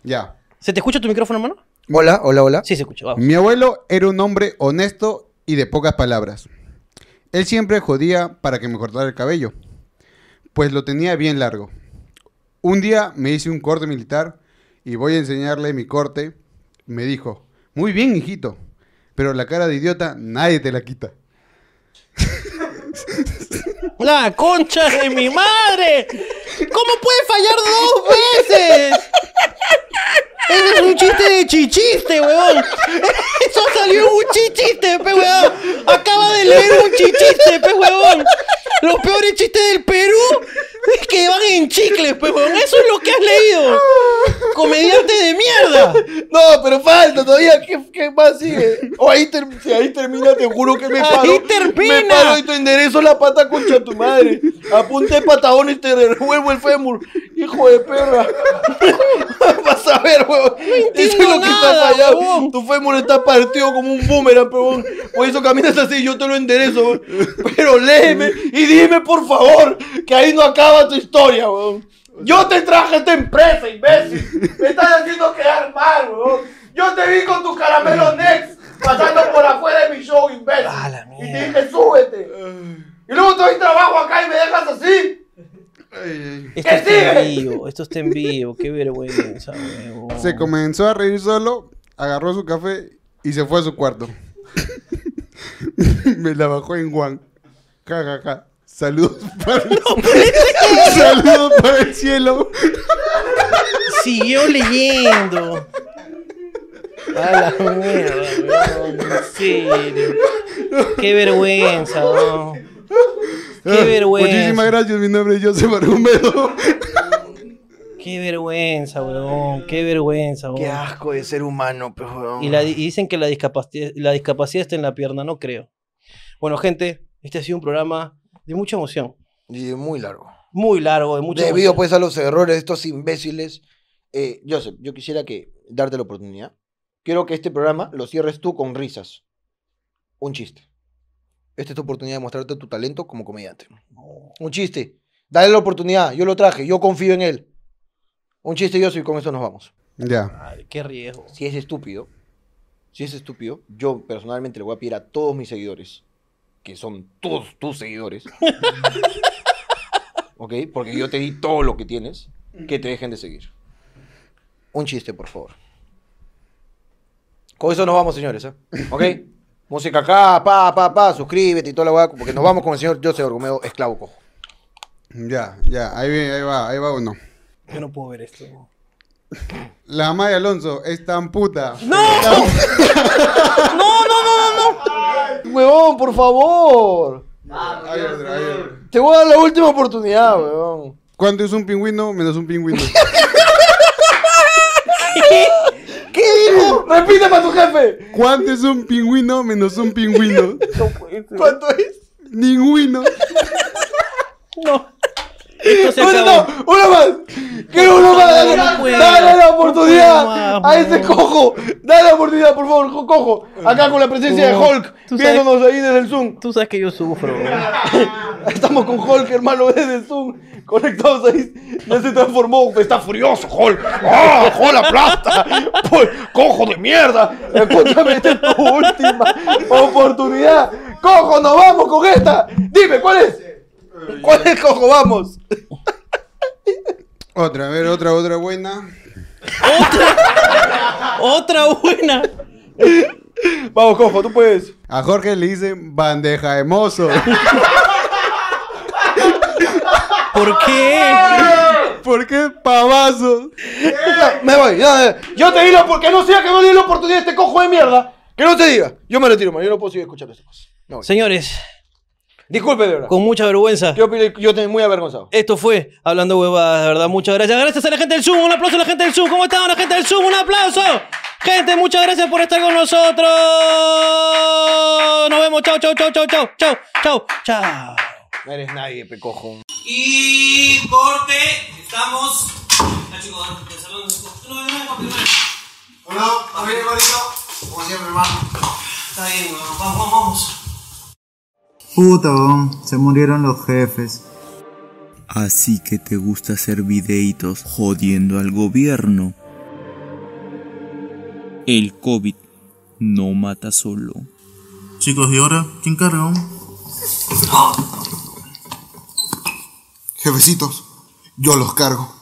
Speaker 11: Ya.
Speaker 1: ¿Se te escucha tu micrófono, mano?
Speaker 2: Hola, hola, hola.
Speaker 1: Sí, se escucha. Vamos.
Speaker 11: Mi abuelo era un hombre honesto y de pocas palabras. Él siempre jodía para que me cortara el cabello, pues lo tenía bien largo. Un día me hice un corte militar y voy a enseñarle mi corte. Me dijo, muy bien, hijito, pero la cara de idiota nadie te la quita.
Speaker 1: ¡La concha de mi madre! ¿Cómo puede fallar dos veces? Ese es un chiste de chichiste, weón. Eso salió un chichiste, pe weón. Acaba de leer un chichiste, pe weón. Los peores chistes del Perú es que van en chicles, pe weón. Eso es lo que has leído. Comediante de mierda.
Speaker 2: No, pero falta todavía. ¿Qué, qué más sigue? O ahí, ter- si ahí termina, te juro que me
Speaker 1: Ahí
Speaker 2: paro.
Speaker 1: termina.
Speaker 2: Me paro y te enderezo la pata concha tu madre. Apunté patagones y te revuelvo el fémur. Hijo de perra. Vas a ver, huevón. Eso es lo que
Speaker 1: nada,
Speaker 2: está fallado. Tu fémur está partido como un boomerang, huevón. Por eso caminas así, yo te lo enderezo, huevón. Pero léeme y dime, por favor, que ahí no acaba tu historia, huevón. Yo te traje a esta empresa, imbécil. Me estás haciendo quedar mal, huevón. Yo te vi con tus caramelos Next pasando por afuera de mi show, imbécil. y te dije, súbete. Y luego te doy trabajo acá y me dejas así.
Speaker 1: Esto
Speaker 2: ¿Qué
Speaker 1: está en
Speaker 2: sigue?
Speaker 1: vivo, esto está en vivo. Qué vergüenza, weón.
Speaker 11: Se comenzó a reír solo, agarró su café y se fue a su cuarto. me la bajó en Juan. Ja, ja, ja. Saludos para el, Saludos para el cielo.
Speaker 1: Siguió leyendo. A la mierda, weón. En serio. Qué vergüenza, ¿no? Qué vergüenza.
Speaker 11: Ah, Muchísimas gracias, mi nombre es Joseph Argumedo.
Speaker 1: Qué vergüenza, weón. Qué vergüenza, weón.
Speaker 2: Qué asco de ser humano, pues, weón.
Speaker 1: Y, la di- y dicen que la discapacidad, la discapacidad está en la pierna, no creo. Bueno, gente, este ha sido un programa de mucha emoción.
Speaker 2: Y muy largo.
Speaker 1: Muy largo, de mucha
Speaker 2: Debido
Speaker 1: emoción.
Speaker 2: pues a los errores de estos imbéciles, eh, Joseph, yo quisiera que darte la oportunidad. Quiero que este programa lo cierres tú con risas. Un chiste. Esta es tu oportunidad de mostrarte tu talento como comediante. Un chiste. Dale la oportunidad. Yo lo traje. Yo confío en él. Un chiste, Joseph, y con eso nos vamos.
Speaker 11: Ya.
Speaker 1: Qué riesgo.
Speaker 2: Si es estúpido, si es estúpido, yo personalmente le voy a pedir a todos mis seguidores, que son todos tus seguidores, ¿ok? Porque yo te di todo lo que tienes, que te dejen de seguir. Un chiste, por favor. Con eso nos vamos, señores, ¿eh? ¿ok? Música acá, pa, pa, pa, suscríbete y toda la weá, porque nos vamos con el señor José Orgomeo, esclavo cojo.
Speaker 12: Ya, ya, ahí, ve- ahí va, ahí va uno.
Speaker 1: Yo no puedo ver esto.
Speaker 12: La mamá de Alonso es tan puta.
Speaker 1: ¡No!
Speaker 2: ¡No, no, no, no, no! Huevón, por favor. Te voy a dar la última oportunidad, huevón.
Speaker 12: ¿Cuánto es un pingüino menos un pingüino?
Speaker 2: ¿Qué dijo? Repite para tu jefe.
Speaker 12: ¿Cuánto es un pingüino menos un pingüino?
Speaker 2: ¿Cuánto es?
Speaker 12: Ningüino.
Speaker 1: No. Esto se
Speaker 2: No, no,
Speaker 1: acabó.
Speaker 2: no, uno más. Quiero uno más. Dale,
Speaker 1: No puedo.
Speaker 2: dale la oportunidad
Speaker 1: No puedo más,
Speaker 2: a ese cojo. Dale la oportunidad, por favor, co- cojo. Acá con la presencia de
Speaker 1: Tú-
Speaker 2: Hulk,
Speaker 1: tú sabes-
Speaker 2: viéndonos ahí desde el Zoom.
Speaker 1: Tú sabes que yo sufro. bro.
Speaker 2: Estamos con Hulk, hermano, desde el Zoom, conectados ahí. Ya se transformó, está furioso, Hulk. ¡Ah, Hulk aplasta! Pues, ¡Cojo de mierda! Escúchame, esta es tu última oportunidad. ¡Cojo, nos vamos con esta! Dime, ¿cuál es? ¿Cuál es, cojo? Vamos.
Speaker 12: Otra, a ver, otra, otra buena.
Speaker 1: Otra buena.
Speaker 2: Vamos, cojo, tú puedes.
Speaker 12: A Jorge le dicen bandeja de mozo.
Speaker 1: ¿Por qué?
Speaker 12: ¿Por qué pavazo?
Speaker 2: Ya, me voy. ya, ya. Yo te digo porque no sea que no le di la oportunidad a este cojo de mierda. Que no te diga. Yo me retiro, man. Yo no puedo seguir escuchando estas cosas.
Speaker 1: Señores,
Speaker 2: Disculpe, de verdad.
Speaker 1: con mucha vergüenza.
Speaker 2: Yo, yo estoy muy avergonzado.
Speaker 1: Esto fue Hablando Huevadas, de verdad. Muchas gracias. Gracias a la gente del Zoom. Un aplauso a la gente del Zoom. ¿Cómo están? La gente del Zoom. Un aplauso. Gente, muchas gracias por estar con nosotros. Nos vemos. Chau, chau, chau, chau, chau, chau, chau, chau.
Speaker 2: No eres nadie, pecojo.
Speaker 13: Y corte, estamos. Ya chicos, empezamos No, no, no, no, no. Hola, ¿está bien, hermanito? Como siempre, hermano. Está bien, weón. Vamos, vamos, vamos.
Speaker 14: Puta, weón, se murieron los jefes.
Speaker 9: Así que te gusta hacer videitos jodiendo al gobierno. El COVID no mata solo.
Speaker 14: Chicos, ¿y ahora quién carga? weón? Jefecitos, yo los cargo.